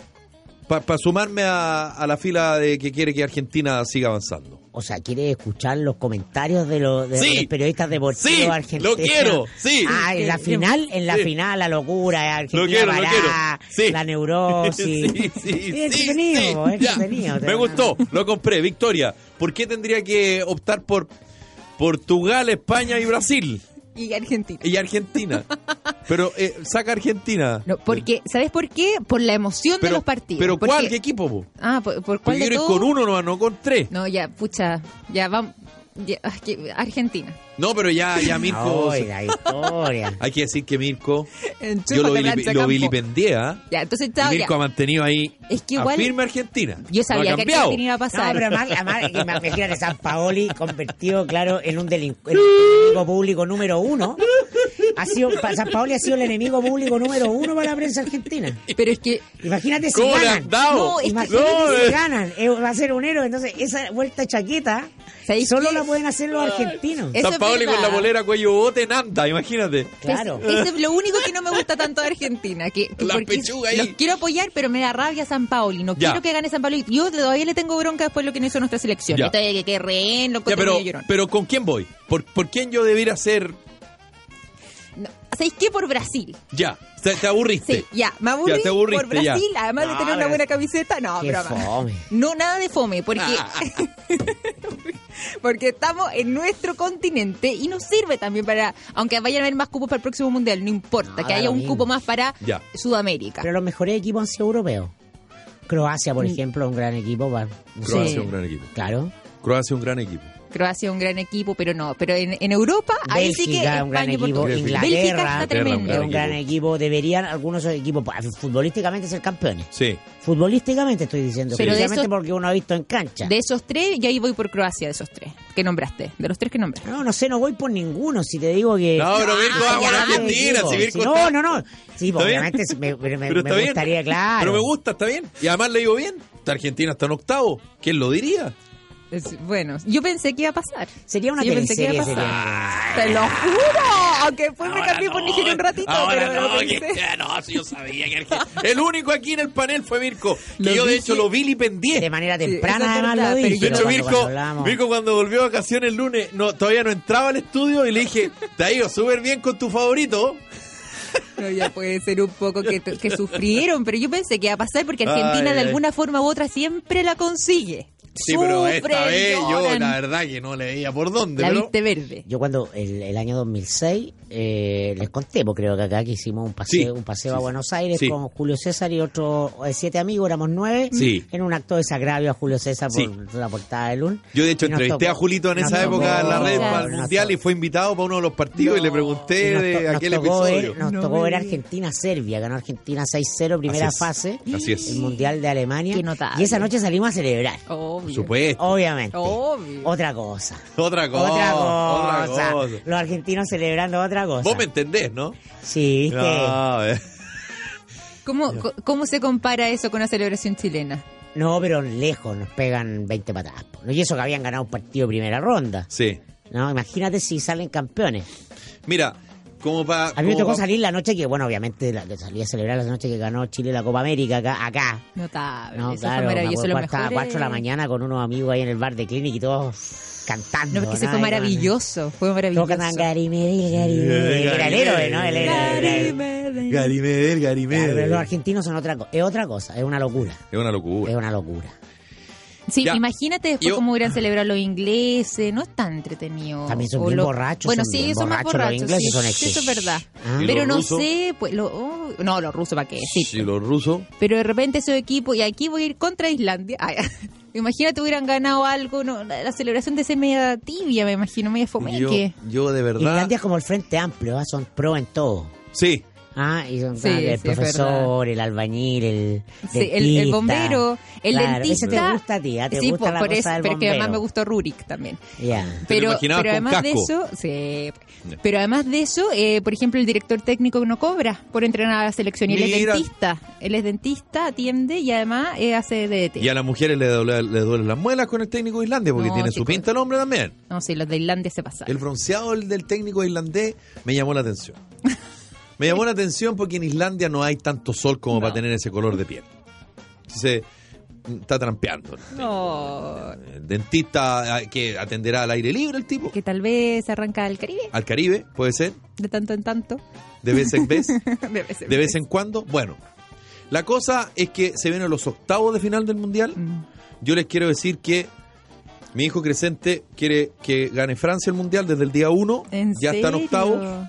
Speaker 1: para, sumarme a, a la fila de que quiere que Argentina siga avanzando?
Speaker 2: O sea, ¿quieres escuchar los comentarios de los, de
Speaker 1: Sí.
Speaker 2: los periodistas deportivos
Speaker 1: Sí, lo
Speaker 2: argentinos?
Speaker 1: quiero, sí.
Speaker 2: Ah, en la final, en la
Speaker 1: Sí.
Speaker 2: final, la locura, eh, Argentina
Speaker 1: Lo quiero, lo
Speaker 2: pará,
Speaker 1: quiero. Sí.
Speaker 2: la neurosis.
Speaker 1: Sí, sí,
Speaker 2: Es
Speaker 1: sí, sí,
Speaker 2: entretenido, es
Speaker 1: ya.
Speaker 2: entretenido,
Speaker 1: Me
Speaker 2: de verdad.
Speaker 1: gustó, lo compré. Victoria, ¿por qué tendría que optar por Portugal, España y Brasil?
Speaker 3: Y Argentina.
Speaker 1: Y Argentina. Pero eh, saca Argentina.
Speaker 3: No, porque, ¿sabes por qué? Por la emoción de los partidos.
Speaker 1: Pero
Speaker 3: Porque-
Speaker 1: ¿cuál? ¿Qué equipo? po?
Speaker 3: Ah, ¿por, por cuál
Speaker 1: Porque
Speaker 3: de
Speaker 1: quiero ir
Speaker 3: todos?
Speaker 1: con uno nomás, no con tres.
Speaker 3: No, ya, pucha, ya vamos. ya, ah, que- Argentina.
Speaker 1: No, pero ya, ya Mirko.
Speaker 2: Ay, la historia.
Speaker 1: Hay que decir que Mirco, yo
Speaker 3: Enchúfate,
Speaker 1: lo, vilip-
Speaker 3: Lanza
Speaker 1: lo
Speaker 3: Campo.
Speaker 1: vilipendié, ¿ah?
Speaker 3: Ya, entonces
Speaker 1: Y
Speaker 3: chao, ya.
Speaker 1: Mirko ha mantenido ahí
Speaker 3: Es que igual-
Speaker 1: a firme Argentina.
Speaker 3: Yo
Speaker 1: no ha
Speaker 3: sabía que
Speaker 1: cambiado.
Speaker 3: Argentina iba a pasar.
Speaker 2: No, pero además, además, que me imagínate San Paoli convertido, claro, en un delincu- en un enemigo público número uno. Ha sido, pa- San Paoli ha sido el enemigo público número uno para la prensa argentina.
Speaker 3: Pero es que
Speaker 2: Imagínate si
Speaker 1: ¿Cómo le
Speaker 2: ganan.
Speaker 1: han dado?
Speaker 3: No, es que-
Speaker 2: Imagínate
Speaker 1: No,
Speaker 2: si
Speaker 1: eh.
Speaker 2: ganan, eh, va a ser un héroe. Entonces, esa vuelta chaqueta
Speaker 3: ¿Sabéis
Speaker 2: solo
Speaker 3: qué?
Speaker 2: la pueden hacer los argentinos.
Speaker 3: Eso
Speaker 1: San
Speaker 3: es
Speaker 1: Paoli con la
Speaker 3: verdad.
Speaker 1: bolera cuello bote en anda, imagínate.
Speaker 2: Claro.
Speaker 3: es- eso es lo único que no me gusta tanto de Argentina. Que, que
Speaker 1: La
Speaker 3: porque
Speaker 1: pechuga ahí.
Speaker 3: Los quiero apoyar, pero me da rabia San Paoli. No
Speaker 1: Ya.
Speaker 3: quiero que gane San Paoli. Yo todavía le tengo bronca después de lo que no hizo nuestra selección.
Speaker 1: Ya.
Speaker 3: Yo todavía que, que rehén,
Speaker 1: Ya,
Speaker 3: lo encuentro
Speaker 1: pero,
Speaker 3: medio llorón.
Speaker 1: pero ¿con quién voy? ¿Por, por quién yo debiera ser
Speaker 3: No, ¿Sabéis qué? Por Brasil.
Speaker 1: ya? Te, te aburriste.
Speaker 3: Sí, ya. Me aburrí
Speaker 1: Ya, te aburriste,
Speaker 3: por Brasil.
Speaker 1: ya.
Speaker 3: Además
Speaker 2: No,
Speaker 3: de tener una
Speaker 2: pero-
Speaker 3: buena camiseta. No,
Speaker 2: Qué
Speaker 3: broma.
Speaker 2: fome.
Speaker 3: No, nada de fome, porque,
Speaker 1: Ah.
Speaker 3: porque estamos en nuestro continente y nos sirve también para, aunque vayan a haber más cupos para el próximo mundial, no importa,
Speaker 2: Ah,
Speaker 3: que
Speaker 2: da
Speaker 3: haya
Speaker 2: lo
Speaker 3: un
Speaker 2: mismo.
Speaker 3: cupo más para
Speaker 1: Ya.
Speaker 3: Sudamérica.
Speaker 2: Pero los mejores equipos han sido europeos. Croacia,
Speaker 3: Mm.
Speaker 2: por ejemplo, es un gran equipo. va- no sé,
Speaker 1: Croacia
Speaker 3: Sí.
Speaker 1: es un gran equipo.
Speaker 2: Claro.
Speaker 1: Croacia es un gran equipo.
Speaker 3: Croacia es un gran equipo, pero no, pero en, en Europa, ahí sí que
Speaker 2: Bélgica, un gran
Speaker 3: España y
Speaker 2: equipo.
Speaker 3: Portugal.
Speaker 1: Inglaterra,
Speaker 3: Bélgica está
Speaker 1: Inglaterra, un
Speaker 3: tremendo.
Speaker 2: Es un gran equipo. Deberían algunos de esos equipos pa- futbolísticamente ser campeones.
Speaker 1: Sí.
Speaker 2: Futbolísticamente estoy diciendo.
Speaker 3: Pero de
Speaker 2: precisamente
Speaker 3: esos-
Speaker 2: porque uno ha visto en cancha.
Speaker 3: De esos tres, y ahí voy por Croacia, de esos tres que nombraste, de los tres que nombraste.
Speaker 2: No, no sé, no voy por ninguno. Si te digo
Speaker 3: Eh,
Speaker 2: que. Ah,
Speaker 1: No, pero
Speaker 3: ah,
Speaker 1: Mirko va
Speaker 2: ya,
Speaker 1: por Argentina,
Speaker 2: equipo.
Speaker 1: si Mirko
Speaker 2: no,
Speaker 1: está-
Speaker 2: no, no. Sí, pues,
Speaker 1: bien?
Speaker 2: obviamente sí, me, me-
Speaker 1: Pero
Speaker 2: me
Speaker 1: está bien.
Speaker 2: gustaría, claro.
Speaker 1: Pero me gusta, está bien. Y además le digo bien. Argentina está en octavo. ¿Quién lo diría?
Speaker 3: Es- bueno, yo pensé que iba a pasar.
Speaker 2: Sería una
Speaker 3: Sí, yo pensé que
Speaker 2: teleserie.
Speaker 3: iba a
Speaker 2: Sería.
Speaker 3: pasar. Te lo juro, aunque después me cambié por Nigeria un ratito,
Speaker 1: Ahora
Speaker 3: pero
Speaker 1: no,
Speaker 3: lo pensé.
Speaker 1: que- que no, si yo sabía que Argentina- el único aquí en el panel fue Mirko, que
Speaker 3: Lo
Speaker 1: yo de
Speaker 3: dije-
Speaker 1: hecho lo vilipendié.
Speaker 2: De manera
Speaker 3: eso
Speaker 2: temprana,
Speaker 3: es
Speaker 2: además,
Speaker 3: verdad,
Speaker 2: lo
Speaker 3: pero
Speaker 1: De
Speaker 2: dije.
Speaker 3: yo
Speaker 1: hecho,
Speaker 2: pero
Speaker 1: Mirko,
Speaker 2: cuando- cuando
Speaker 1: cuando
Speaker 2: hablamos-
Speaker 1: Mirko cuando volvió a vacaciones el lunes, no, todavía no entraba al estudio y le dije, te ha ido súper bien con tu favorito.
Speaker 3: No, ya puede ser un poco que, que sufrieron, pero yo pensé que iba a pasar porque Argentina
Speaker 1: Ay,
Speaker 3: de
Speaker 1: ay.
Speaker 3: alguna forma u otra siempre la consigue.
Speaker 1: Sí, pero esta
Speaker 3: Sufren,
Speaker 1: vez yo
Speaker 3: lloran.
Speaker 1: la verdad que no le veía por dónde,
Speaker 3: La
Speaker 1: pero...
Speaker 3: viste verde.
Speaker 2: Yo cuando el, el año 2006 eh, les conté, porque creo que acá que hicimos un paseo,
Speaker 1: Sí,
Speaker 2: un paseo
Speaker 1: sí,
Speaker 2: a
Speaker 1: sí.
Speaker 2: Buenos Aires
Speaker 1: Sí.
Speaker 2: con Julio César y otros eh, siete amigos, éramos nueve,
Speaker 1: Sí.
Speaker 2: en un acto de desagravio a Julio César por
Speaker 1: Sí.
Speaker 2: la portada de LUN.
Speaker 1: Yo de hecho
Speaker 2: Y nos
Speaker 1: entrevisté
Speaker 2: tocó-
Speaker 1: a Julito en
Speaker 2: nos
Speaker 1: esa
Speaker 2: tocó-
Speaker 1: época en la red
Speaker 3: Claro.
Speaker 1: para el
Speaker 2: nos
Speaker 1: mundial y
Speaker 2: tocó-
Speaker 1: fue invitado para uno de los partidos y le
Speaker 2: y
Speaker 1: pregunté
Speaker 2: nos to-
Speaker 1: de
Speaker 2: nos
Speaker 1: aquel
Speaker 2: tocó ver-
Speaker 1: episodio.
Speaker 2: nos
Speaker 3: No
Speaker 2: tocó
Speaker 3: me
Speaker 2: ver
Speaker 3: digas.
Speaker 2: Argentina-Serbia, ganó Argentina 6-0, primera
Speaker 1: Así es,
Speaker 2: fase,
Speaker 1: así es.
Speaker 2: el Mundial de Alemania.
Speaker 3: Qué notable.
Speaker 2: Y esa noche salimos a celebrar,
Speaker 1: Por
Speaker 3: Obvio.
Speaker 1: supuesto.
Speaker 2: obviamente.
Speaker 3: Obvio.
Speaker 2: Otra cosa.
Speaker 1: Otra cosa.
Speaker 2: Oh, Otra cosa.
Speaker 1: Otra cosa.
Speaker 2: Los argentinos celebrando otra cosa.
Speaker 1: Vos me entendés, ¿no?
Speaker 2: Sí, viste.
Speaker 1: Ah, eh.
Speaker 3: ¿Cómo, co- ¿Cómo se compara eso con la celebración chilena?
Speaker 2: No, pero lejos nos pegan 20 patadas. po. Y eso que habían ganado un partido de primera ronda.
Speaker 1: Sí.
Speaker 2: No, imagínate si salen campeones.
Speaker 1: Mira, como para...
Speaker 2: A mí me
Speaker 3: Oh.
Speaker 2: tocó salir la noche que, bueno, obviamente la, salí a celebrar la noche que ganó Chile la Copa América acá. acá.
Speaker 3: Notable.
Speaker 2: No,
Speaker 3: eso
Speaker 2: claro,
Speaker 3: fue
Speaker 2: me
Speaker 3: maravilloso.
Speaker 2: acuerdo,
Speaker 3: lo
Speaker 2: hasta
Speaker 3: mejor
Speaker 2: 4 de la
Speaker 3: es-
Speaker 2: mañana con unos amigos ahí en el bar de Clinic y todos cantando.
Speaker 3: No, es que se fue
Speaker 2: Y con-
Speaker 3: maravilloso. Fue maravilloso.
Speaker 2: Todos cantaban Garimedel, Garimedel. Era el héroe, ¿no? Él era- era el-
Speaker 3: Garimedel.
Speaker 1: Garimedel,
Speaker 2: Claro, pero los
Speaker 1: Garimedel.
Speaker 2: argentinos son otra cosa. Es otra cosa, es una locura.
Speaker 1: Es una locura.
Speaker 2: Es una locura.
Speaker 3: Sí,
Speaker 1: Ya.
Speaker 3: imagínate después
Speaker 1: Yo-
Speaker 3: cómo hubieran celebrado los ingleses, no es tan entretenido.
Speaker 2: También son
Speaker 3: O
Speaker 2: bien
Speaker 3: lo-
Speaker 2: borrachos,
Speaker 3: Bueno,
Speaker 2: son
Speaker 3: sí,
Speaker 2: bien
Speaker 3: son más
Speaker 2: borrachos, los
Speaker 3: borrachos.
Speaker 2: ingleses
Speaker 3: sí,
Speaker 2: son
Speaker 3: sí, eso es verdad.
Speaker 2: Ah.
Speaker 1: ¿Y
Speaker 3: Pero
Speaker 1: los
Speaker 3: no
Speaker 1: rusos?
Speaker 3: sé, pues, lo, oh, no, los rusos, ¿para qué? Sí.
Speaker 1: Si los rusos...
Speaker 3: Pero de repente su equipo, y aquí voy a ir contra Islandia. Ay, imagínate hubieran ganado algo, no, la, la celebración de ese media tibia, me imagino, media
Speaker 1: Yo,
Speaker 3: fomeque.
Speaker 1: yo de verdad...
Speaker 2: Islandia es como el Frente Amplio, ¿ah? son pro en todo.
Speaker 1: Sí,
Speaker 2: Ah, y son
Speaker 3: Sí,
Speaker 2: ah, el
Speaker 3: sí, es
Speaker 2: profesor, el albañil, el,
Speaker 3: Sí, el- el
Speaker 2: dentista.
Speaker 3: bombero, el
Speaker 2: Claro,
Speaker 3: dentista.
Speaker 2: Ese te gusta a ti, ¿ah? te
Speaker 3: sí,
Speaker 2: gusta
Speaker 3: por,
Speaker 2: la
Speaker 3: por
Speaker 2: cosa
Speaker 3: eso,
Speaker 2: del
Speaker 3: pero es que
Speaker 2: bombero.
Speaker 3: además me gustó Rurik también.
Speaker 2: Ya.
Speaker 1: ¿Te lo
Speaker 3: Pero,
Speaker 1: imaginabas con
Speaker 3: pero además de
Speaker 1: casco?
Speaker 3: eso, sí.
Speaker 1: Ya.
Speaker 3: Pero además de eso, eh, por ejemplo, el director técnico no cobra por entrenar a la selección. Y él es
Speaker 1: Mira.
Speaker 3: dentista. Él es dentista, atiende y además eh, hace DDT.
Speaker 1: y a las mujeres le duele- le duelen las muelas con el técnico de Islandia porque
Speaker 3: No, pues.
Speaker 1: tiene su
Speaker 3: chicos.
Speaker 1: pinta el hombre también.
Speaker 3: No, sí, los de Islandia se pasaron.
Speaker 1: El bronceado del- del técnico islandés me llamó la atención. Me llamó la atención porque en Islandia no hay tanto sol como
Speaker 3: No.
Speaker 1: para tener ese color de piel. Entonces, mm, está trampeando.
Speaker 3: No,
Speaker 1: El dentista ah, que atenderá al aire libre el tipo.
Speaker 3: que tal vez arranca al Caribe
Speaker 1: Al Caribe, puede ser.
Speaker 3: de tanto en tanto.
Speaker 1: De vez en vez.
Speaker 3: De vez en
Speaker 1: De vez en cuando. Bueno, la cosa es que se vienen los octavos de final del Mundial.
Speaker 3: Mm.
Speaker 1: Yo les quiero decir que mi hijo Crescente quiere que gane Francia el Mundial desde el día 1.
Speaker 3: ¿En
Speaker 1: Ya están
Speaker 3: serio?
Speaker 1: octavos.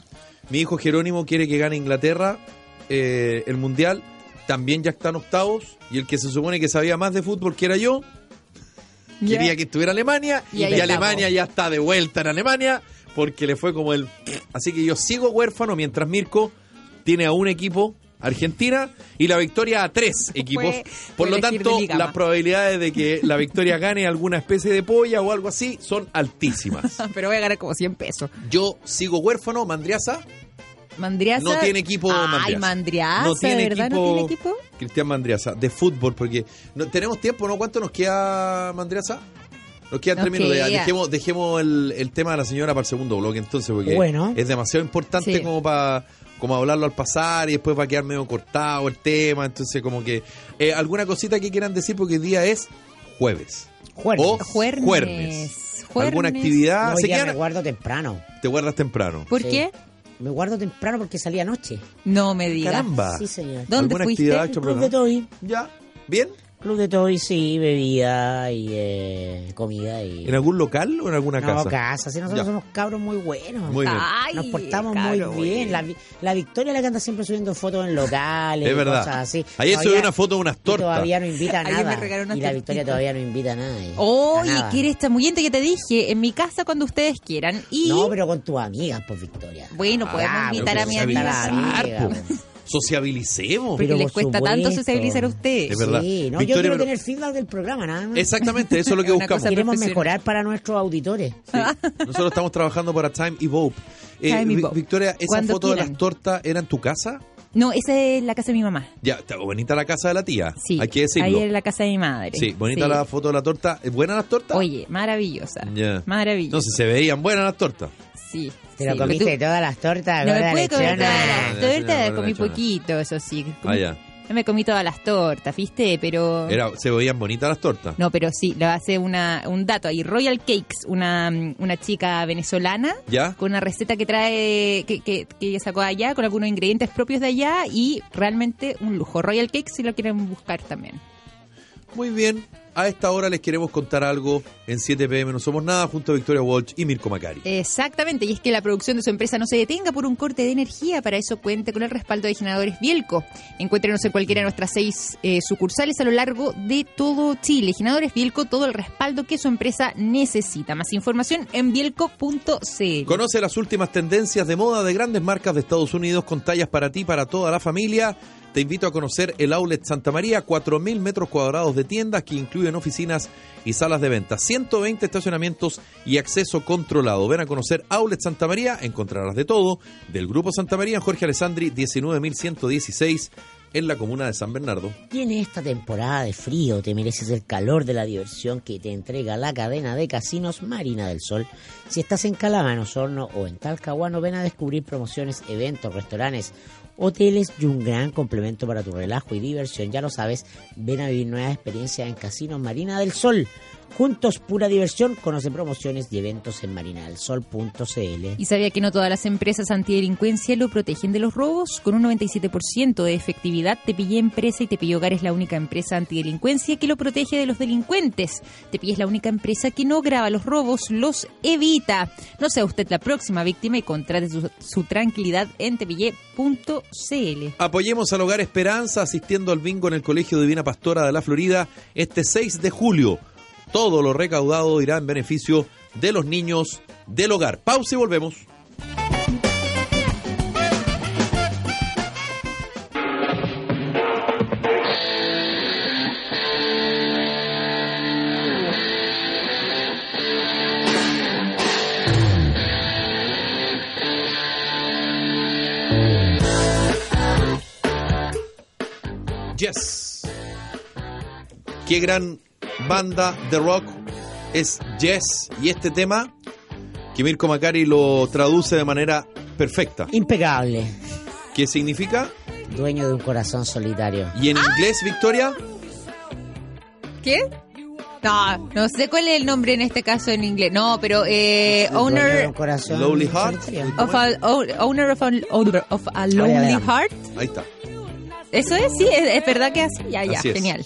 Speaker 1: Mi hijo Jerónimo quiere que gane Inglaterra eh, el Mundial. También ya están octavos. Y el que se supone que sabía más de fútbol, que era yo,
Speaker 3: Ya.
Speaker 1: quería que estuviera Alemania.
Speaker 3: Y
Speaker 1: Y,
Speaker 3: ahí estamos.
Speaker 1: Alemania ya está de vuelta en Alemania. Porque le fue como el... Así que yo sigo huérfano mientras Mirko tiene a un equipo, Argentina, y la victoria a tres equipos. Por
Speaker 3: fue
Speaker 1: lo
Speaker 3: elegir
Speaker 1: tanto,
Speaker 3: de liga
Speaker 1: las
Speaker 3: más.
Speaker 1: probabilidades de que la victoria gane alguna especie de polla o algo así son altísimas.
Speaker 3: Pero voy a ganar como 100 pesos.
Speaker 1: Yo sigo huérfano, Mandriaza,
Speaker 3: Mandriaza.
Speaker 1: No tiene equipo
Speaker 3: Ay,
Speaker 1: Mandriaza.
Speaker 3: Mandriaza,
Speaker 1: No tiene
Speaker 3: ¿verdad? ¿No
Speaker 1: equipo-
Speaker 3: tiene equipo?
Speaker 1: Cristian Mandriaza, de fútbol, porque no, tenemos tiempo, ¿no? ¿Cuánto nos queda, Mandriaza? Nos quedan
Speaker 3: Nos
Speaker 1: tres minutos. ya.
Speaker 3: queda.
Speaker 1: Dejemos, dejemos el, el tema de la señora para el segundo bloque, entonces, porque
Speaker 2: Bueno.
Speaker 1: es demasiado importante
Speaker 3: Sí.
Speaker 1: como para como hablarlo al pasar y después va a quedar medio cortado el tema. Entonces, como que. eh, ¿Alguna cosita que quieran decir? Porque el día es jueves.
Speaker 2: Juernes.
Speaker 1: O
Speaker 3: Juernes.
Speaker 1: Juernes. ¿Alguna
Speaker 3: Juernes.
Speaker 1: actividad?
Speaker 2: No,
Speaker 1: Oh, ah, Se
Speaker 2: hoy día
Speaker 1: quedan-
Speaker 2: me guardo temprano.
Speaker 1: Te guardas temprano.
Speaker 3: ¿Por
Speaker 2: Sí.
Speaker 3: qué?
Speaker 2: Me guardo temprano porque salí anoche.
Speaker 3: No me digas.
Speaker 1: Caramba.
Speaker 2: Sí, señor.
Speaker 3: ¿Dónde
Speaker 1: ¿Alguna
Speaker 3: fuiste?
Speaker 1: actividad
Speaker 2: El
Speaker 1: hecho
Speaker 2: Club de
Speaker 1: programada?
Speaker 2: Toy.
Speaker 1: ¿Ya? ¿Bien?
Speaker 2: Club de Toy, sí, bebida y eh, comida y...
Speaker 1: ¿En algún local o en alguna
Speaker 2: no, Ah,
Speaker 1: casa?
Speaker 2: casa. Sí, nosotros
Speaker 1: Ya.
Speaker 2: somos cabros muy buenos.
Speaker 1: Muy bien.
Speaker 3: Ay,
Speaker 2: Nos portamos
Speaker 3: cabro,
Speaker 2: muy bien. La, vi- la Victoria es la que anda siempre subiendo fotos en locales.
Speaker 1: Es
Speaker 2: y
Speaker 1: verdad.
Speaker 2: Cosas así.
Speaker 1: Ayer
Speaker 2: Todavía-
Speaker 1: subí una foto de unas
Speaker 2: y
Speaker 1: tortas.
Speaker 2: Todavía no invita a
Speaker 3: Ayer me
Speaker 2: nada.
Speaker 3: regaló unas
Speaker 2: Y la Victoria
Speaker 3: tortitas.
Speaker 2: todavía no invita a nadie.
Speaker 3: Oye,
Speaker 2: A nada.
Speaker 3: que eres chamullente que te dije, en mi casa cuando ustedes quieran. Y
Speaker 2: No, pero con tus amigas, pues, Victoria.
Speaker 3: bueno, podemos
Speaker 2: Ah,
Speaker 3: invitar
Speaker 1: pero
Speaker 3: a mi
Speaker 1: que sabe
Speaker 3: amiga. sí,
Speaker 1: hablar,
Speaker 2: amiga,
Speaker 1: po. Sociabilicemos.
Speaker 3: Porque
Speaker 2: Pero
Speaker 3: les
Speaker 2: por
Speaker 3: cuesta tanto
Speaker 2: supuesto.
Speaker 3: sociabilizar a ustedes.
Speaker 1: Es verdad.
Speaker 2: Sí, no, yo
Speaker 1: Victoria,
Speaker 2: quiero
Speaker 1: pero-
Speaker 2: tener feedback del programa, nada más.
Speaker 1: Exactamente, eso es lo que
Speaker 3: Es una
Speaker 1: buscamos.
Speaker 3: cosa
Speaker 2: Queremos
Speaker 3: profesional.
Speaker 2: mejorar para nuestros auditores.
Speaker 1: Sí. Nosotros estamos trabajando para Time y Vogue. Eh,
Speaker 3: Time y
Speaker 1: Vi-
Speaker 3: Vogue.
Speaker 1: Victoria, ¿esa
Speaker 3: Cuando
Speaker 1: foto de
Speaker 3: quieran.
Speaker 1: las tortas era en tu casa?
Speaker 3: No, esa es la casa de mi mamá.
Speaker 1: Ya, está bonita la casa de la tía.
Speaker 3: Sí,
Speaker 1: Hay que
Speaker 3: ahí
Speaker 1: decirlo.
Speaker 3: es la casa de mi madre.
Speaker 1: Sí, bonita
Speaker 3: Sí.
Speaker 1: la foto de la torta. ¿Es buena las tortas?
Speaker 3: Oye, maravillosa.
Speaker 1: Ya.
Speaker 3: Maravillosa.
Speaker 1: Entonces se veían buenas las tortas.
Speaker 3: sí.
Speaker 2: Te lo
Speaker 3: sí,
Speaker 2: comiste
Speaker 3: pero tú-
Speaker 2: todas las tortas.
Speaker 3: No me
Speaker 2: gorda
Speaker 3: pude comer
Speaker 2: lechona.
Speaker 3: todas
Speaker 1: Ah,
Speaker 3: las
Speaker 1: la
Speaker 3: tortas,
Speaker 1: señora
Speaker 3: comí
Speaker 1: lechona.
Speaker 3: poquito, eso sí.
Speaker 1: Ah,
Speaker 3: Comí-
Speaker 1: ya.
Speaker 3: No me comí todas las tortas, ¿viste? Pero...
Speaker 1: Era, se veían bonitas las tortas.
Speaker 3: No, pero sí, lo hace una, un dato ahí. Royal Cakes, una, mm, una chica venezolana,
Speaker 1: ¿Ya?
Speaker 3: con una receta que trae, que, que, que ella sacó de allá, con algunos ingredientes propios de allá y realmente un lujo. Royal Cakes si lo quieren buscar también.
Speaker 1: Muy bien. a esta hora les queremos contar algo en 7 pm. No somos nada junto a Victoria Walsh y Mirko Macari.
Speaker 3: Exactamente, y es que la producción de su empresa no se detenga por un corte de energía, para eso cuenta con el respaldo de generadores Bielco. Encuéntrenos en cualquiera de nuestras seis eh, sucursales a lo largo de todo Chile. Generadores Bielco, todo el respaldo que su empresa necesita. Más información en bielco.cl.
Speaker 1: Conoce las últimas tendencias de moda de grandes marcas de Estados Unidos con tallas para ti, para toda la familia. Te invito a conocer el Outlet Santa María, 4.000 metros cuadrados de tiendas que incluyen oficinas y salas de venta, 120 estacionamientos y acceso controlado. Ven a conocer Outlet Santa María, encontrarás de todo. Del Grupo Santa María, en Jorge Alessandri, 19.116, en la comuna de San Bernardo.
Speaker 2: Tienes esta temporada de frío, te mereces el calor de la diversión que te entrega la cadena de casinos Marina del Sol. Si estás en Calama, Osorno o en Talcahuano, ven a descubrir promociones, eventos, restaurantes, hoteles y un gran complemento para tu relajo y diversión. Ya lo sabes, ven a vivir nuevas experiencias en Casinos Marina del Sol. Juntos, pura diversión, conoce promociones y eventos en marinadelsol.cl.
Speaker 3: Y sabía que no todas las empresas antidelincuencia lo protegen de los robos. Con un 97% de efectividad, Tepillé Empresa y Tepillé Hogar es la única empresa antidelincuencia que lo protege de los delincuentes. Tepillé es la única empresa que no graba los robos, los evita. No sea usted la próxima víctima y contrate su, su tranquilidad en tepillé.cl.
Speaker 1: Apoyemos al Hogar Esperanza asistiendo al bingo en el Colegio Divina Pastora de la Florida este 6 de julio. Todo lo recaudado irá en beneficio de los niños del hogar. Pausa y volvemos. Yes. Qué gran banda de rock es Yes. Y este tema, que Mirko Macari lo traduce de manera perfecta.
Speaker 2: Impecable,
Speaker 1: ¿Qué significa?
Speaker 2: dueño de un corazón solitario.
Speaker 1: Y en inglés, Victoria,
Speaker 3: ¿Qué? No, no sé cuál es el nombre en este caso en inglés. No, pero eh,
Speaker 2: Dueño de un
Speaker 3: owner
Speaker 2: corazón
Speaker 1: Lonely Heart.
Speaker 2: solitario.
Speaker 3: of a, o- owner of a, owner of a lonely
Speaker 2: veamos.
Speaker 3: heart.
Speaker 1: ahí está.
Speaker 3: Eso es, sí, es, es verdad que así. Ya, ya,
Speaker 1: Así es.
Speaker 3: genial.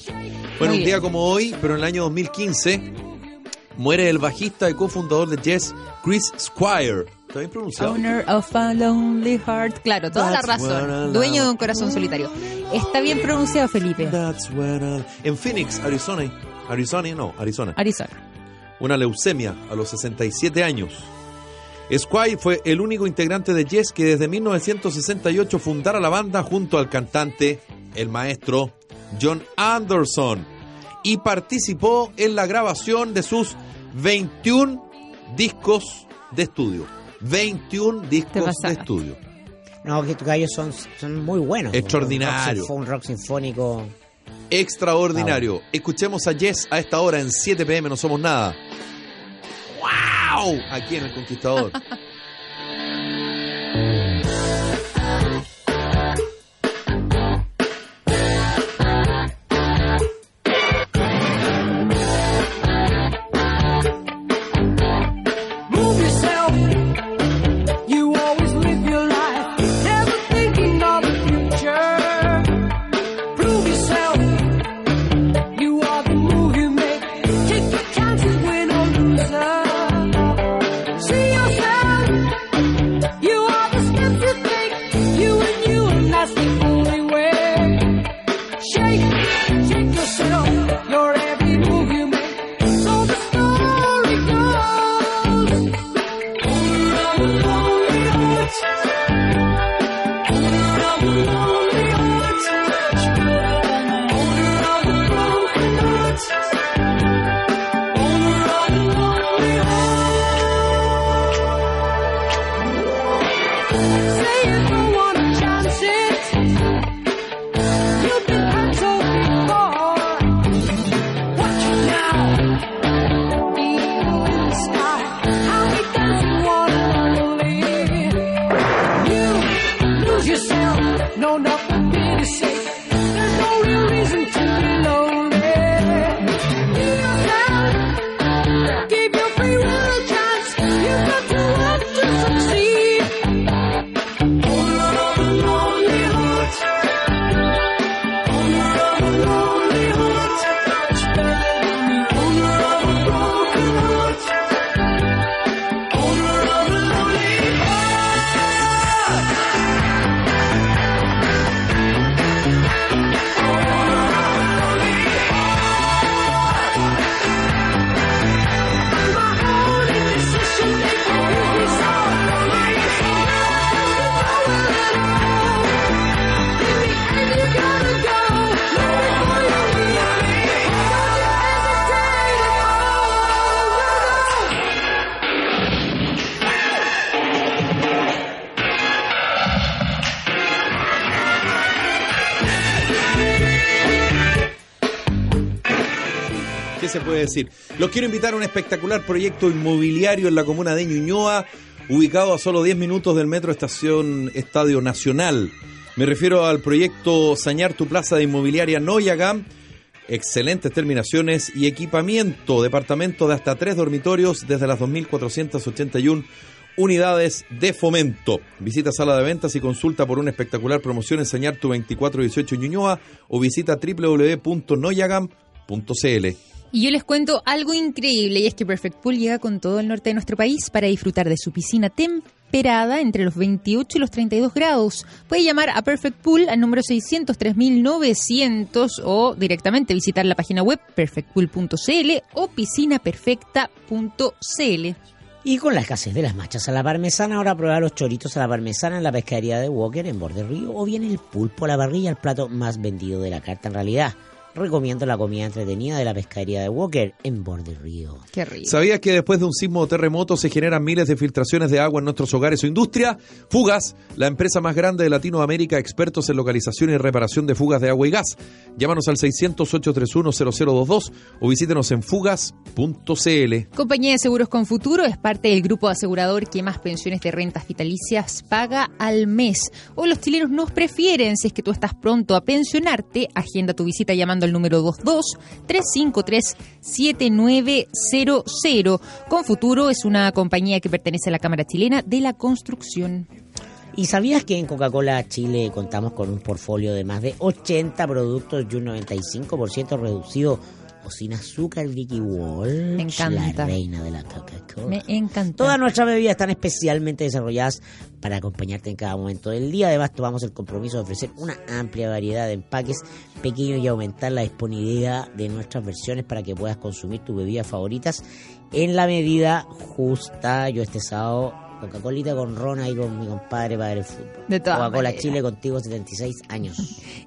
Speaker 1: Bueno,
Speaker 3: Muy
Speaker 1: un día como hoy, pero en el año 2015, muere el bajista y cofundador de Yes, Chris Squire. ¿Está bien pronunciado?
Speaker 3: Owner of a lonely heart. Claro, toda la
Speaker 1: That's what I love.
Speaker 3: razón. Dueño de un corazón solitario. Está bien pronunciado, Felipe.
Speaker 1: That's where I- En Phoenix, Arizona. Arizona, no, Arizona.
Speaker 3: Arizona.
Speaker 1: Una leucemia a los 67 años. Squire fue el único integrante de Yes que desde 1968 fundara la banda junto al cantante, el maestro John Anderson, y participó en la grabación de sus 21 discos de estudio. 21 discos de
Speaker 3: pasaste.
Speaker 1: estudio.
Speaker 2: No, que tus gallos son, son muy buenos.
Speaker 1: Extraordinario.
Speaker 2: Fue un rock sinfónico.
Speaker 1: Extraordinario. Escuchemos a Yes a esta hora en 7 pm, no somos nada. ¡Wow! Aquí en El Conquistador.
Speaker 4: Move yourself. You always live your life, never thinking of the future. Prove yourself. You are the move you make. Take your chances, win or lose. See yourself. You are the steps you take. You and you, and that's the only way. Shake, shake yourself. Your every move you make. So the story goes. Watch it now. Yourself, no, nothing here to say. There's no real reason to be lonely. Be yourself, give your free will a chance. You've got to work to succeed. Oh,
Speaker 1: se puede decir. Los quiero invitar a un espectacular proyecto inmobiliario en la comuna de Ñuñoa, ubicado a solo 10 minutos del metro Estación Estadio Nacional. Me refiero al proyecto Sañar tu Plaza de Inmobiliaria Noyagam, Excelentes terminaciones y equipamiento. Departamento de hasta tres dormitorios desde las 2.481 unidades de fomento. Visita sala de ventas y consulta por una espectacular promoción en Sañartu 2418 Ñuñoa o visita www.noyagam.cl.
Speaker 3: Y yo les cuento algo increíble, y es que Perfect Pool llega con todo el norte de nuestro país para disfrutar de su piscina temperada entre los 28 y los 32 grados. Puede llamar a Perfect Pool al número 603.900 o directamente visitar la página web perfectpool.cl o piscinaperfecta.cl.
Speaker 2: Y con la escasez de las machas a la parmesana, ahora prueba los choritos a la parmesana en la pescadería de Walker en Borde Río o bien el pulpo a la parrilla, el plato más vendido de la carta en realidad. Recomiendo la comida entretenida de la pescadería de Walker en Borde Río.
Speaker 3: Qué rico.
Speaker 1: ¿Sabías que después de un sismo o terremoto se generan miles de filtraciones de agua en nuestros hogares o industria? Fugas, la empresa más grande de Latinoamérica, expertos en localización y reparación de fugas de agua y gas. Llámanos al 600-831-0022 o visítenos en fugas.cl.
Speaker 3: Compañía de Seguros con Futuro es parte del grupo asegurador que más pensiones de rentas vitalicias paga al mes. O los chilenos nos prefieren, si es que tú estás pronto a pensionarte, agenda tu visita llamando al número 22-353-7900. Con Futuro es una compañía que pertenece a la Cámara Chilena de la Construcción.
Speaker 2: ¿Y sabías que en Coca-Cola Chile contamos con un portfolio de más de 80 productos y un 95% reducido o sin azúcar Vicky Walsh,
Speaker 3: Me encanta.
Speaker 2: la reina de la Coca-Cola?
Speaker 3: Me encantó.
Speaker 2: Todas nuestras bebidas están especialmente desarrolladas para acompañarte en cada momento del día. Además, tomamos el compromiso de ofrecer una amplia variedad de empaques pequeños y aumentar la disponibilidad de nuestras versiones para que puedas consumir tus bebidas favoritas en la medida justa. Yo este sábado, Coca-Colita con Ron y con mi compadre para ver el fútbol.
Speaker 3: De todas
Speaker 2: Coca-Cola
Speaker 3: maneras.
Speaker 2: Chile contigo 76 años.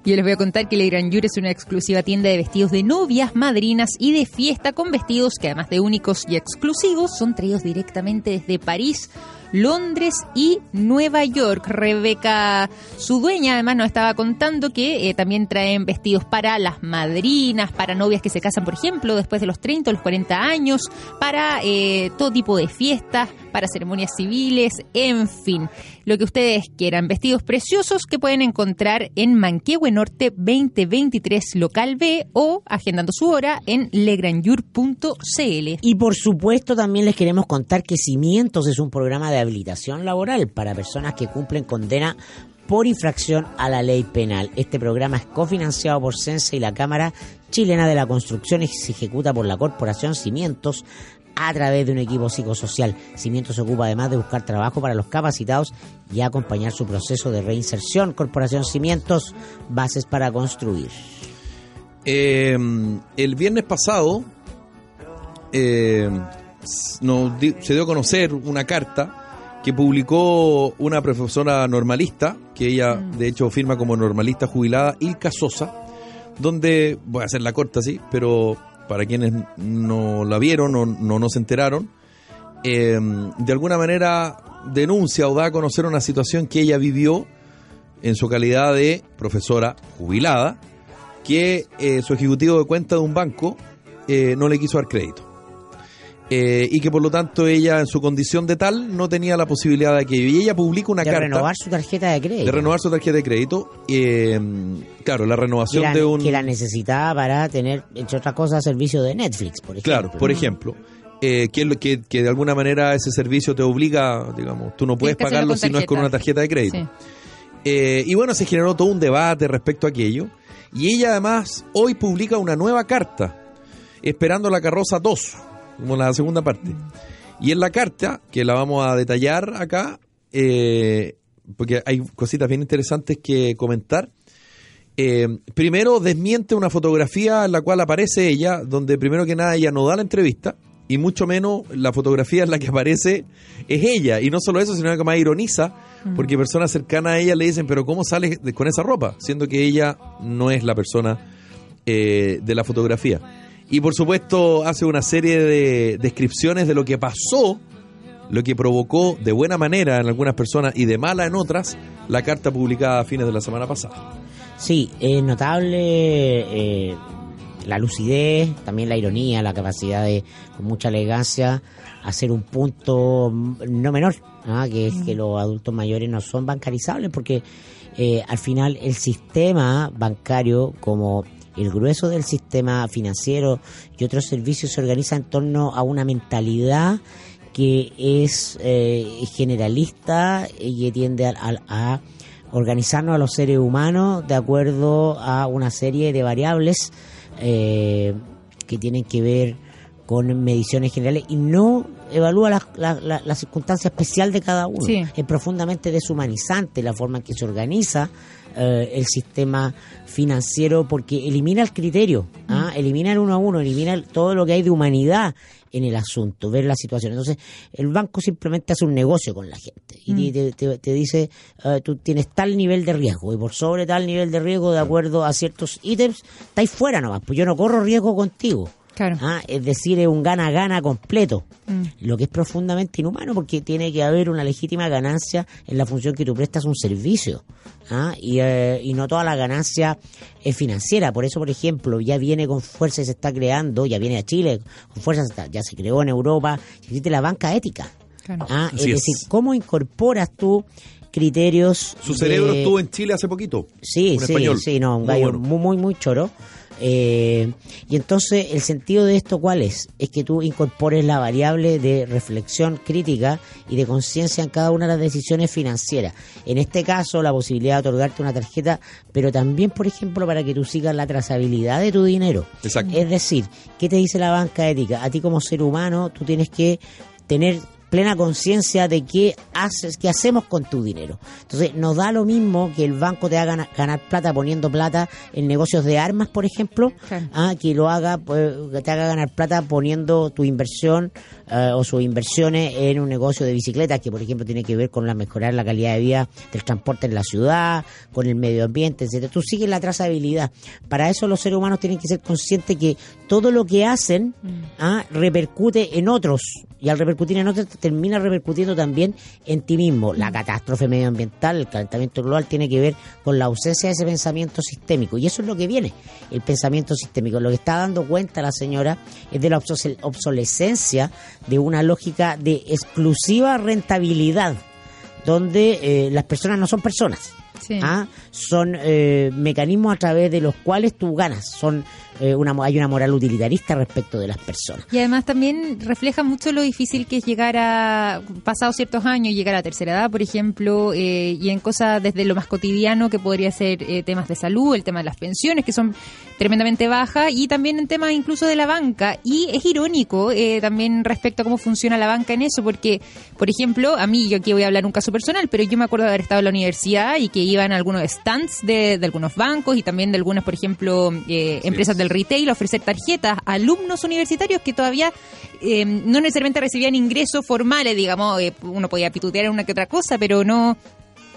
Speaker 3: Yo les voy a contar que Le Grand Jure es una exclusiva tienda de vestidos de novias, madrinas y de fiesta con vestidos que además de únicos y exclusivos son traídos directamente desde París, Londres y Nueva York. Rebeca, su dueña, además nos estaba contando que eh, también traen vestidos para las madrinas, para novias que se casan, por ejemplo, después de los 30 o los 40 años, para eh, todo tipo de fiestas, para ceremonias civiles, en fin, lo que ustedes quieran. Vestidos preciosos que pueden encontrar en Manquehue Norte 2023 local B o agendando su hora en legranjur.cl.
Speaker 2: Y por supuesto también les queremos contar que Cimientos es un programa de habilitación laboral para personas que cumplen condena por infracción a la ley penal. Este programa es cofinanciado por Sense y la Cámara Chilena de la Construcción y se ejecuta por la Corporación Cimientos a través de un equipo psicosocial. Cimientos se ocupa además de buscar trabajo para los capacitados y acompañar su proceso de reinserción. Corporación Cimientos, bases para construir.
Speaker 1: Eh, el viernes pasado eh, nos di- se dio a conocer una carta que publicó una profesora normalista, que ella de hecho firma como normalista jubilada, Ilka Sosa, donde, voy a hacer la corta así, pero para quienes no la vieron o no, no se enteraron, eh, de alguna manera denuncia o da a conocer una situación que ella vivió en su calidad de profesora jubilada, que eh, su ejecutivo de cuenta de un banco eh, no le quiso dar crédito. Eh, y que por lo tanto ella en su condición de tal no tenía la posibilidad de que... Y ella publica una
Speaker 2: De
Speaker 1: carta
Speaker 2: renovar su tarjeta de crédito.
Speaker 1: de renovar su tarjeta de crédito. eh, claro, la
Speaker 2: que
Speaker 1: renovación
Speaker 2: la,
Speaker 1: de un...
Speaker 2: que la necesitaba para tener, entre otras cosas, servicio de Netflix, por ejemplo.
Speaker 1: Claro, por ejemplo, eh, que, es lo que- que de alguna manera ese servicio te obliga, digamos, tú no puedes
Speaker 3: que
Speaker 1: pagarlo
Speaker 3: hacerlo con
Speaker 1: si no es con
Speaker 3: tarjeta.
Speaker 1: una tarjeta de crédito.
Speaker 3: Sí.
Speaker 1: Eh, y bueno, se generó todo un debate respecto a aquello. Y ella además hoy publica una nueva carta, esperando la carroza 2, como la segunda parte. Y en la carta, que la vamos a detallar acá, eh, porque hay cositas bien interesantes que comentar. Eh, primero desmiente una fotografía en la cual aparece ella, donde primero que nada ella no da la entrevista y mucho menos la fotografía en la que aparece es ella. Y no solo eso, sino que más ironiza, porque personas cercanas a ella le dicen, pero ¿cómo sales de- con esa ropa? Siendo que ella no es la persona eh, de la fotografía. Y por supuesto hace una serie de descripciones de lo que pasó lo que provocó de buena manera en algunas personas y de mala en otras la carta publicada a fines de la semana pasada.
Speaker 2: Sí, es notable eh, la lucidez, también la ironía, la capacidad de, con mucha elegancia, hacer un punto mm, no menor, ¿ah? que es que los adultos mayores no son bancarizables, porque eh, al final el sistema bancario, como el grueso del sistema financiero y otros servicios, se organiza en torno a una mentalidad que es eh, generalista y que tiende a, a- a organizarnos a los seres humanos de acuerdo a una serie de variables eh, que tienen que ver con mediciones generales y no evalúa la, la- la- la circunstancia especial de cada uno.
Speaker 3: Sí.
Speaker 2: Es profundamente deshumanizante la forma en que se organiza eh, el sistema financiero porque elimina el criterio, ¿ah? elimina el uno a uno, elimina el- todo lo que hay de humanidad en el asunto, ver la situación. Entonces, el banco simplemente hace un negocio con la gente y te, te- te dice, eh, tú tienes tal nivel de riesgo y por sobre tal nivel de riesgo, de acuerdo a ciertos ítems, estáis fuera nomás, pues yo no corro riesgo contigo.
Speaker 3: Claro.
Speaker 2: Ah, Es decir, es un gana-gana completo,
Speaker 3: Mm.
Speaker 2: lo que es profundamente inhumano porque tiene que haber una legítima ganancia en la función que tú prestas un servicio ¿ah? y, eh, y no toda la ganancia es financiera. Por eso, por ejemplo, ya viene con fuerza y se está creando, ya viene a Chile con fuerza, se está- ya se creó en Europa, existe la banca ética.
Speaker 3: Claro.
Speaker 2: ¿ah? Es
Speaker 1: Así es.
Speaker 2: decir, ¿cómo incorporas tú criterios?
Speaker 1: Su cerebro
Speaker 2: de-
Speaker 1: estuvo en Chile hace poquito.
Speaker 2: Sí,
Speaker 1: un
Speaker 2: sí,
Speaker 1: español.
Speaker 2: sí, no, un
Speaker 1: Muy
Speaker 2: gallo muy,
Speaker 1: bueno.
Speaker 2: muy, muy, choro. Eh, y entonces, el sentido de esto, ¿cuál es? Es que tú incorpores la variable de reflexión crítica y de conciencia en cada una de las decisiones financieras. En este caso, la posibilidad de otorgarte una tarjeta, pero también, por ejemplo, para que tú sigas la trazabilidad de tu dinero.
Speaker 1: Exacto.
Speaker 2: Es decir, ¿qué te dice la banca ética? A ti como ser humano, tú tienes que tener plena conciencia de qué haces, qué hacemos con tu dinero. Entonces, nos da lo mismo que el banco te haga gana- ganar plata poniendo plata en negocios de armas, por ejemplo,
Speaker 3: Claro.
Speaker 2: ah, que lo haga, pues, que te haga ganar plata poniendo tu inversión eh, o sus inversiones en un negocio de bicicletas que, por ejemplo, tiene que ver con la mejorar la calidad de vida del transporte en la ciudad, con el medio ambiente, etcétera. Tú sigues la trazabilidad. Para eso los seres humanos tienen que ser conscientes que todo lo que hacen ah, repercute en otros y al repercutir en otros termina repercutiendo también en ti mismo. La catástrofe medioambiental, el calentamiento global tiene que ver con la ausencia de ese pensamiento sistémico y eso es lo que viene, el pensamiento sistémico. Lo que está dando cuenta la señora es de la obsol- obsolescencia de una lógica de exclusiva rentabilidad donde eh, las personas no son personas.
Speaker 3: Sí.
Speaker 2: ¿ah? Son eh, mecanismos a través de los cuales tú ganas. Son eh, una, mo- hay una moral utilitarista respecto de las personas.
Speaker 3: Y además también refleja mucho lo difícil que es llegar a, pasados ciertos años, llegar a tercera edad, por ejemplo, eh, y en cosas desde lo más cotidiano que podría ser eh, temas de salud, el tema de las pensiones, que son tremendamente bajas, y también en temas incluso de la banca. Y es irónico eh, también respecto a cómo funciona la banca en eso, porque, por ejemplo, a mí, yo aquí voy a hablar un caso personal, pero yo me acuerdo de haber estado en la universidad y que iban algunos stands de, de algunos bancos y también de algunas, por ejemplo, eh, empresas del retail a ofrecer tarjetas a alumnos universitarios que todavía eh, no necesariamente recibían ingresos formales, digamos, eh, uno podía pitutear en una que otra cosa, pero no,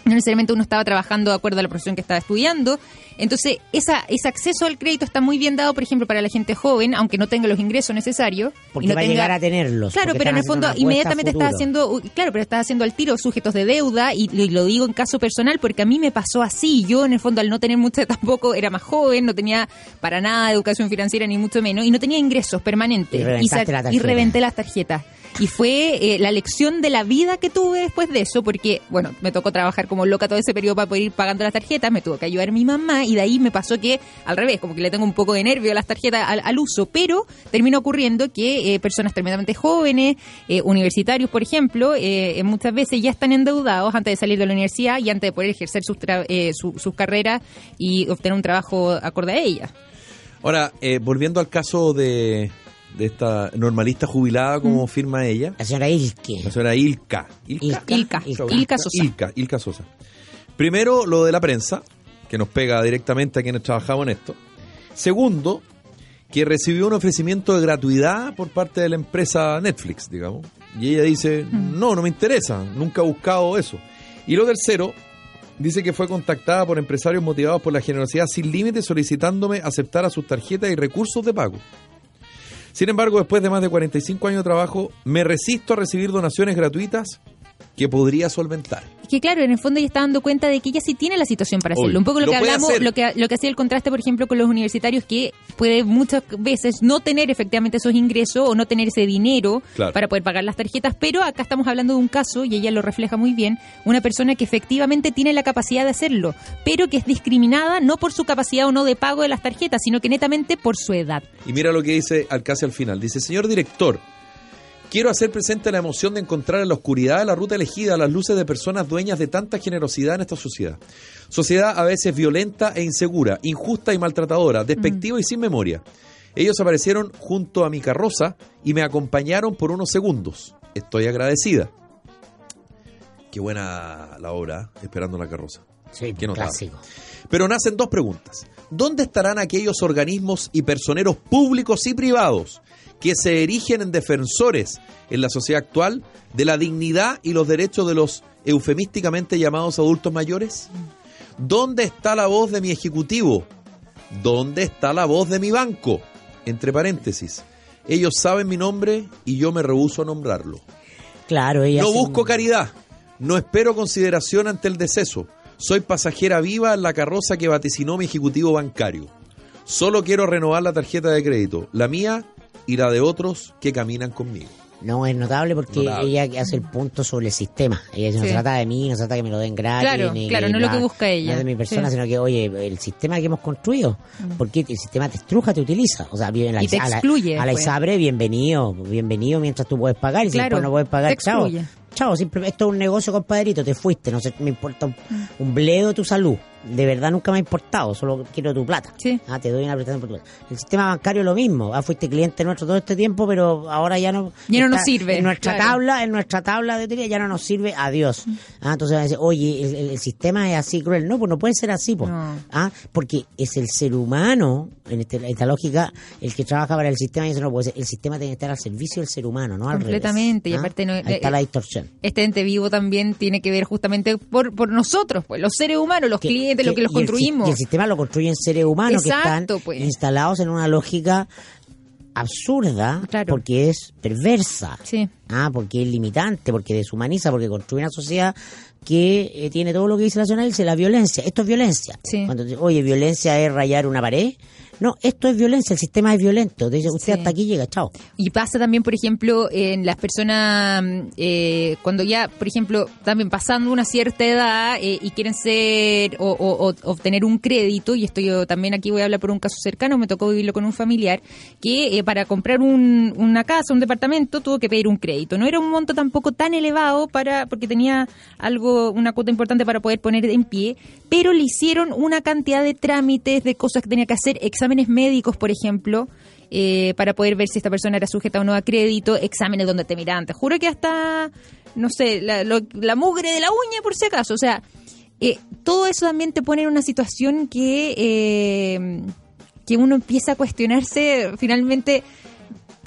Speaker 3: no necesariamente uno estaba trabajando de acuerdo a la profesión que estaba estudiando. Entonces, esa, ese acceso al crédito está muy bien dado, por ejemplo, para la gente joven, aunque no tenga los ingresos necesarios.
Speaker 2: Porque
Speaker 3: y no
Speaker 2: va a
Speaker 3: tenga-
Speaker 2: llegar a tenerlos.
Speaker 3: Claro,
Speaker 2: porque
Speaker 3: pero
Speaker 2: están
Speaker 3: en el
Speaker 2: haciendo
Speaker 3: fondo
Speaker 2: una apuesta a
Speaker 3: inmediatamente estás
Speaker 2: futuro.
Speaker 3: haciendo, uy, claro, pero estás haciendo al tiro sujetos de deuda y, lo- y lo digo en caso personal porque a mí me pasó así. Yo en el fondo al no tener mucha tampoco era más joven, no tenía para nada educación financiera ni mucho menos y no tenía ingresos permanentes
Speaker 2: Y reventaste
Speaker 3: sa-
Speaker 2: la tarjeta.
Speaker 3: y reventé las tarjetas. Y fue eh, la lección de la vida que tuve después de eso, porque, bueno, me tocó trabajar como loca todo ese periodo para poder ir pagando las tarjetas, me tuvo que ayudar mi mamá, y de ahí me pasó que, al revés, como que le tengo un poco de nervio a las tarjetas al, al uso, pero terminó ocurriendo que eh, personas tremendamente jóvenes, eh, universitarios, por ejemplo, eh, eh, muchas veces ya están endeudados antes de salir de la universidad y antes de poder ejercer sus, tra- eh, su- sus carreras y obtener un trabajo acorde a ella.
Speaker 1: Ahora, eh, volviendo al caso de, de esta normalista jubilada, como firma ella,
Speaker 2: La señora Ilke.
Speaker 1: la señora Ilka.
Speaker 2: Ilka.
Speaker 3: Ilka,
Speaker 2: Ilka.
Speaker 3: Ilka, Sosa.
Speaker 1: Ilka, Ilka Sosa. Primero, lo de la prensa, que nos pega directamente a quienes trabajamos en esto. Segundo, que recibió un ofrecimiento de gratuidad por parte de la empresa Netflix, digamos. Y ella dice,
Speaker 3: Mm.
Speaker 1: no, no me interesa, nunca he buscado eso. Y lo tercero, dice que fue contactada por empresarios motivados por la generosidad sin límites solicitándome aceptar a sus tarjetas y recursos de pago. Sin embargo, después de más de 45 años de trabajo, me resisto a recibir donaciones gratuitas que podría solventar.
Speaker 3: Es que claro, en el fondo ella está dando cuenta de que ella sí tiene la situación para
Speaker 1: Obvio.
Speaker 3: hacerlo. Un poco lo,
Speaker 1: Lo
Speaker 3: que
Speaker 1: puede
Speaker 3: hablamos,
Speaker 1: hacer.
Speaker 3: lo que, lo que hacía el contraste, por ejemplo, con los universitarios, que puede muchas veces no tener efectivamente esos ingresos o no tener ese dinero
Speaker 1: Claro.
Speaker 3: para poder pagar las tarjetas, pero acá estamos hablando de un caso, y ella lo refleja muy bien, una persona que efectivamente tiene la capacidad de hacerlo, pero que es discriminada no por su capacidad o no de pago de las tarjetas, sino que netamente por su edad.
Speaker 1: Y mira lo que dice Alcácer al final. Dice, señor director, quiero hacer presente la emoción de encontrar en la oscuridad de la ruta elegida a las luces de personas dueñas de tanta generosidad en esta sociedad. Sociedad a veces violenta e insegura, injusta y maltratadora, despectiva y sin memoria. Ellos aparecieron junto a mi carroza y me acompañaron por unos segundos. Estoy agradecida. Qué buena la obra, ¿eh? esperando la carroza.
Speaker 2: Sí,
Speaker 1: Qué notable.
Speaker 2: clásico.
Speaker 1: Pero nacen dos preguntas. ¿Dónde estarán aquellos organismos y personeros públicos y privados que se erigen en defensores en la sociedad actual de la dignidad y los derechos de los eufemísticamente llamados adultos mayores? ¿Dónde está la voz de mi ejecutivo? ¿Dónde está la voz de mi banco? Entre paréntesis. Ellos saben mi nombre y yo me rehúso a nombrarlo.
Speaker 2: Claro, ella.
Speaker 1: No
Speaker 2: hace un-
Speaker 1: busco caridad, no espero consideración ante el deceso. Soy pasajera viva en la carroza que vaticinó mi ejecutivo bancario. Solo quiero renovar la tarjeta de crédito, la mía y la de otros que caminan conmigo.
Speaker 2: No, es notable porque
Speaker 1: Notable.
Speaker 2: ella hace el punto sobre el sistema. Ella dice, no
Speaker 3: Sí.
Speaker 2: se trata de mí, no se trata de que me lo den gratis.
Speaker 3: Claro,
Speaker 2: ni
Speaker 3: claro, no es lo que busca ella.
Speaker 2: No de mi persona,
Speaker 3: Sí. Mm.
Speaker 2: sino que, oye, el sistema que hemos construido, porque el sistema te estruja, te utiliza. O sea, bien, la,
Speaker 3: Y te
Speaker 2: a la-
Speaker 3: excluye,
Speaker 2: A la
Speaker 3: pues.
Speaker 2: Isabre, bienvenido, bienvenido mientras tú puedes pagar. Y si
Speaker 3: Claro,
Speaker 2: después no puedes pagar,
Speaker 3: te
Speaker 2: chao.
Speaker 3: excluye.
Speaker 2: Chao, simple- esto es un negocio, compadrito, te fuiste, no sé, me importa un,
Speaker 3: Mm.
Speaker 2: un bledo tu salud. De verdad nunca me ha importado, solo quiero tu plata.
Speaker 3: Sí.
Speaker 2: Ah, te doy una prestación por tu plata. El sistema bancario es lo mismo. Ah, fuiste cliente nuestro todo este tiempo, pero ahora ya no...
Speaker 3: Ya no nos sirve,
Speaker 2: En nuestra
Speaker 3: claro. Mm.
Speaker 2: tabla, en nuestra tabla de utilidad ya no nos sirve, adiós. Ah, entonces van a decir, oye, el, el- el sistema es así cruel. No, pues no puede ser así, pues.
Speaker 3: No.
Speaker 2: Ah, porque es el ser humano, en este- esta lógica, el que trabaja para el sistema y eso no puede ser. El sistema tiene que estar al servicio del ser humano, no al revés.
Speaker 3: Completamente, y
Speaker 2: Ah,
Speaker 3: aparte no-
Speaker 2: Ahí está
Speaker 3: eh,
Speaker 2: la distorsión.
Speaker 3: Este ente vivo también tiene que ver justamente por, por nosotros, pues, los seres humanos, los
Speaker 2: que-
Speaker 3: clientes, lo
Speaker 2: que-
Speaker 3: que los
Speaker 2: y el si-
Speaker 3: construimos.
Speaker 2: Y el sistema lo construyen seres humanos que
Speaker 3: Exacto,
Speaker 2: están
Speaker 3: pues.
Speaker 2: instalados en una lógica absurda
Speaker 3: Claro.
Speaker 2: porque es perversa.
Speaker 3: Sí.
Speaker 2: Ah, porque es limitante, porque deshumaniza, porque construye una sociedad que eh, tiene todo lo que dice la Nacional, dice la violencia. Esto es violencia.
Speaker 3: Sí.
Speaker 2: Cuando dice, oye, violencia es rayar una pared. No, esto es violencia, el sistema es violento. Te dice, usted
Speaker 3: Sí.
Speaker 2: hasta aquí llega, chao.
Speaker 3: Y pasa también, por ejemplo, en las personas, mm, eh, cuando ya, por ejemplo, también pasando una cierta edad eh, y quieren ser o, o- o obtener un crédito, y esto yo también aquí voy a hablar por un caso cercano, me tocó vivirlo con un familiar, que eh, para comprar un- una casa, un departamento, tuvo que pedir un crédito. No era un monto tampoco tan elevado para porque tenía algo, una cuota importante para poder poner en pie, pero le hicieron una cantidad de trámites, de cosas que tenía que hacer, exámenes médicos, por ejemplo eh, para poder ver si esta persona era sujeta o no a crédito, exámenes donde te miran. Te juro que hasta, no sé, la, lo- la mugre de la uña por si acaso. O sea, eh, todo eso también te pone en una situación que, eh, que uno empieza a cuestionarse finalmente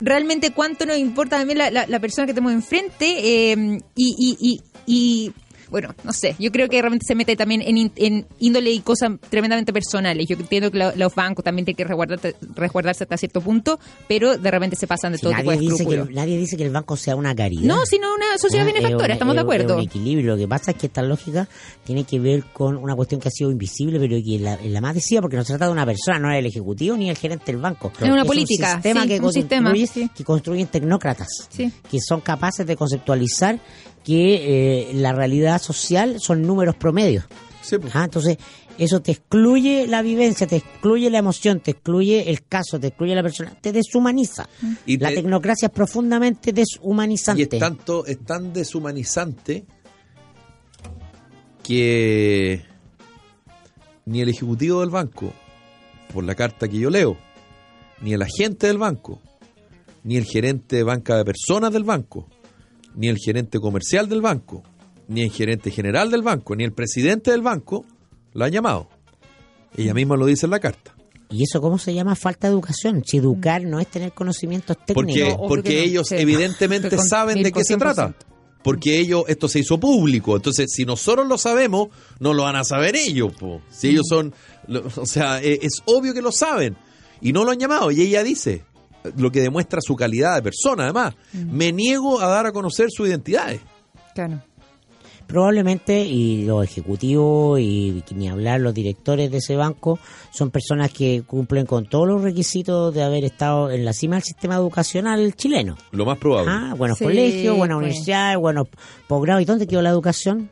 Speaker 3: realmente cuánto nos importa también la, la- la persona que tenemos enfrente eh, y, y- y- y, bueno, no sé, yo creo que realmente se mete también en, in- en índole y cosas tremendamente personales. Yo entiendo que lo- los bancos también tienen que resguardarte- resguardarse hasta cierto punto, pero de repente se pasan de
Speaker 2: Si
Speaker 3: todo tipo de
Speaker 2: nadie, dice que,
Speaker 3: escrúpulos.
Speaker 2: el- nadie dice que el banco sea una caridad.
Speaker 3: No, sino una sociedad
Speaker 2: Ah, es un-
Speaker 3: benefactora, estamos de
Speaker 2: es un- es
Speaker 3: acuerdo.
Speaker 2: un equilibrio. Lo que pasa es que esta lógica tiene que ver con una cuestión que ha sido invisible, pero que es la, es la más decía, porque no se trata de una persona, no es el ejecutivo ni el gerente del banco.
Speaker 3: Es una política,
Speaker 2: Un sistema
Speaker 3: sí,
Speaker 2: que,
Speaker 3: un sistema,
Speaker 2: construye-
Speaker 3: sí.
Speaker 2: que construyen tecnócratas,
Speaker 3: Sí.
Speaker 2: que son capaces de conceptualizar que eh, la realidad social son números promedios.
Speaker 1: Sí, pues.
Speaker 2: Ah, entonces, eso te excluye la vivencia, te excluye la emoción, te excluye el caso, te excluye la persona, te deshumaniza.
Speaker 1: Y
Speaker 2: la
Speaker 1: te-
Speaker 2: tecnocracia es profundamente deshumanizante.
Speaker 1: Y es tanto, es tan deshumanizante que ni el ejecutivo del banco, por la carta que yo leo, ni el agente del banco, ni el gerente de banca de personas del banco, ni el gerente comercial del banco, ni el gerente general del banco, ni el presidente del banco la han llamado. Ella misma lo dice en la carta.
Speaker 2: ¿Y eso cómo se llama falta de educación? Si educar
Speaker 3: Mm.
Speaker 2: no es tener conocimientos
Speaker 1: Porque,
Speaker 2: técnicos.
Speaker 3: obvio
Speaker 1: porque
Speaker 3: que no.
Speaker 1: ellos
Speaker 3: Sí.
Speaker 1: evidentemente
Speaker 3: Estoy con-
Speaker 1: saben de
Speaker 3: mil por
Speaker 1: qué se
Speaker 3: cien por
Speaker 1: trata. Porque ellos, esto se hizo público. Entonces, si nosotros lo sabemos, no lo van a saber ellos. po. Si ellos son, lo- o sea, e- es, obvio que lo saben. Y no lo han llamado. Y ella dice, lo que demuestra su calidad de persona, además. Me niego a dar a conocer sus identidades.
Speaker 3: Claro.
Speaker 2: Probablemente, y los ejecutivos y ni hablar, los directores de ese banco son personas que cumplen con todos los requisitos de haber estado en la cima del sistema educacional chileno.
Speaker 1: Lo más probable.
Speaker 2: Ah, buenos
Speaker 3: Sí,
Speaker 2: colegios, buenas
Speaker 3: pues.
Speaker 2: universidades, buenos posgrados. ¿Y dónde quedó la educación?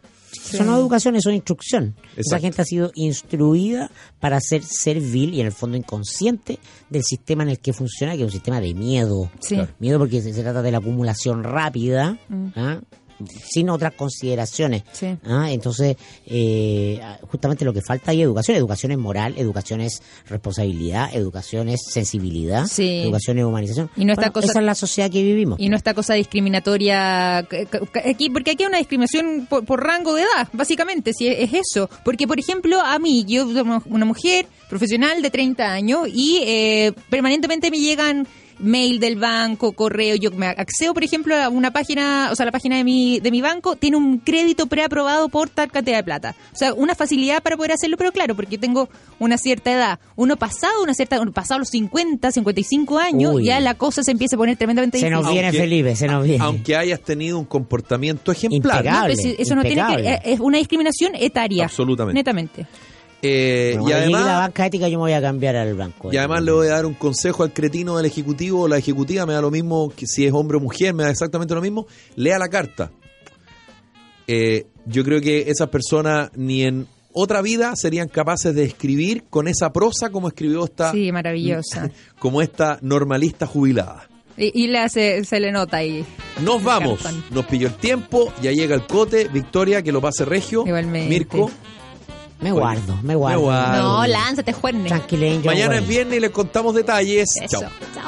Speaker 2: Eso no es educación, eso es instrucción. Esa
Speaker 1: Exacto.
Speaker 2: gente ha sido instruida para ser servil y en el fondo inconsciente del sistema en el que funciona, que es un sistema de miedo.
Speaker 3: Sí.
Speaker 1: Claro.
Speaker 2: Miedo porque se se trata de la acumulación rápida, ¿ah? sin otras consideraciones.
Speaker 3: Mm. Sí.
Speaker 2: ¿ah? Entonces, eh, justamente lo que falta ahí es educación. Educación es moral, educación es responsabilidad, educación es sensibilidad,
Speaker 3: Sí.
Speaker 2: educación es humanización.
Speaker 3: Y no esta
Speaker 2: Bueno,
Speaker 3: cosa-
Speaker 2: Esa es la sociedad que vivimos.
Speaker 3: Y no esta cosa discriminatoria, c- c- aquí porque aquí hay una discriminación por, por rango de edad, básicamente, si es es eso. Porque, por ejemplo, a mí, yo soy una mujer profesional de 30 años y eh, permanentemente me llegan mail del banco, correo, yo me accedo, por ejemplo, a una página, o sea, la página de mi, de mi banco, tiene un crédito preaprobado por tal cantidad de plata. O sea, una facilidad para poder hacerlo, pero claro, porque tengo una cierta edad. Uno pasado una cierta, pasado los 50, 55 años,
Speaker 2: Uy.
Speaker 3: ya la cosa se empieza a poner tremendamente
Speaker 2: Se nos
Speaker 3: difícil.
Speaker 2: viene Felipe, se nos viene.
Speaker 1: Aunque hayas tenido un comportamiento ejemplar.
Speaker 2: Impecable.
Speaker 3: Ah, No, pero si- eso no tiene
Speaker 2: impecable.
Speaker 3: que. Es una discriminación etaria.
Speaker 1: Absolutamente.
Speaker 3: Netamente.
Speaker 1: Eh, y
Speaker 2: Bueno, cuando llegue la
Speaker 1: además,
Speaker 2: banca ética yo me voy a cambiar al banco.
Speaker 1: y además le voy a dar un consejo al cretino del ejecutivo o la ejecutiva, me da lo mismo que si es hombre o mujer, me da exactamente lo mismo. Lea la carta. Eh, yo creo que esas personas ni en otra vida serían capaces de escribir con esa prosa como escribió esta,
Speaker 3: Sí, maravillosa.
Speaker 1: como esta normalista jubilada.
Speaker 3: y y la, se, se le nota ahí.
Speaker 1: Nos
Speaker 3: Me
Speaker 1: vamos.
Speaker 3: encantan.
Speaker 1: Nos pilló el tiempo. Ya llega el cote. Victoria, que lo pase regio.
Speaker 3: Igualmente.
Speaker 1: Mirko.
Speaker 2: Me guardo, me guardo.
Speaker 1: guardo.
Speaker 3: No, lánzate, juerne.
Speaker 2: Tranquilen, yo
Speaker 1: Mañana
Speaker 2: vuelvo.
Speaker 1: es viernes y les contamos detalles.
Speaker 3: Eso.
Speaker 1: Chao.
Speaker 3: Chao.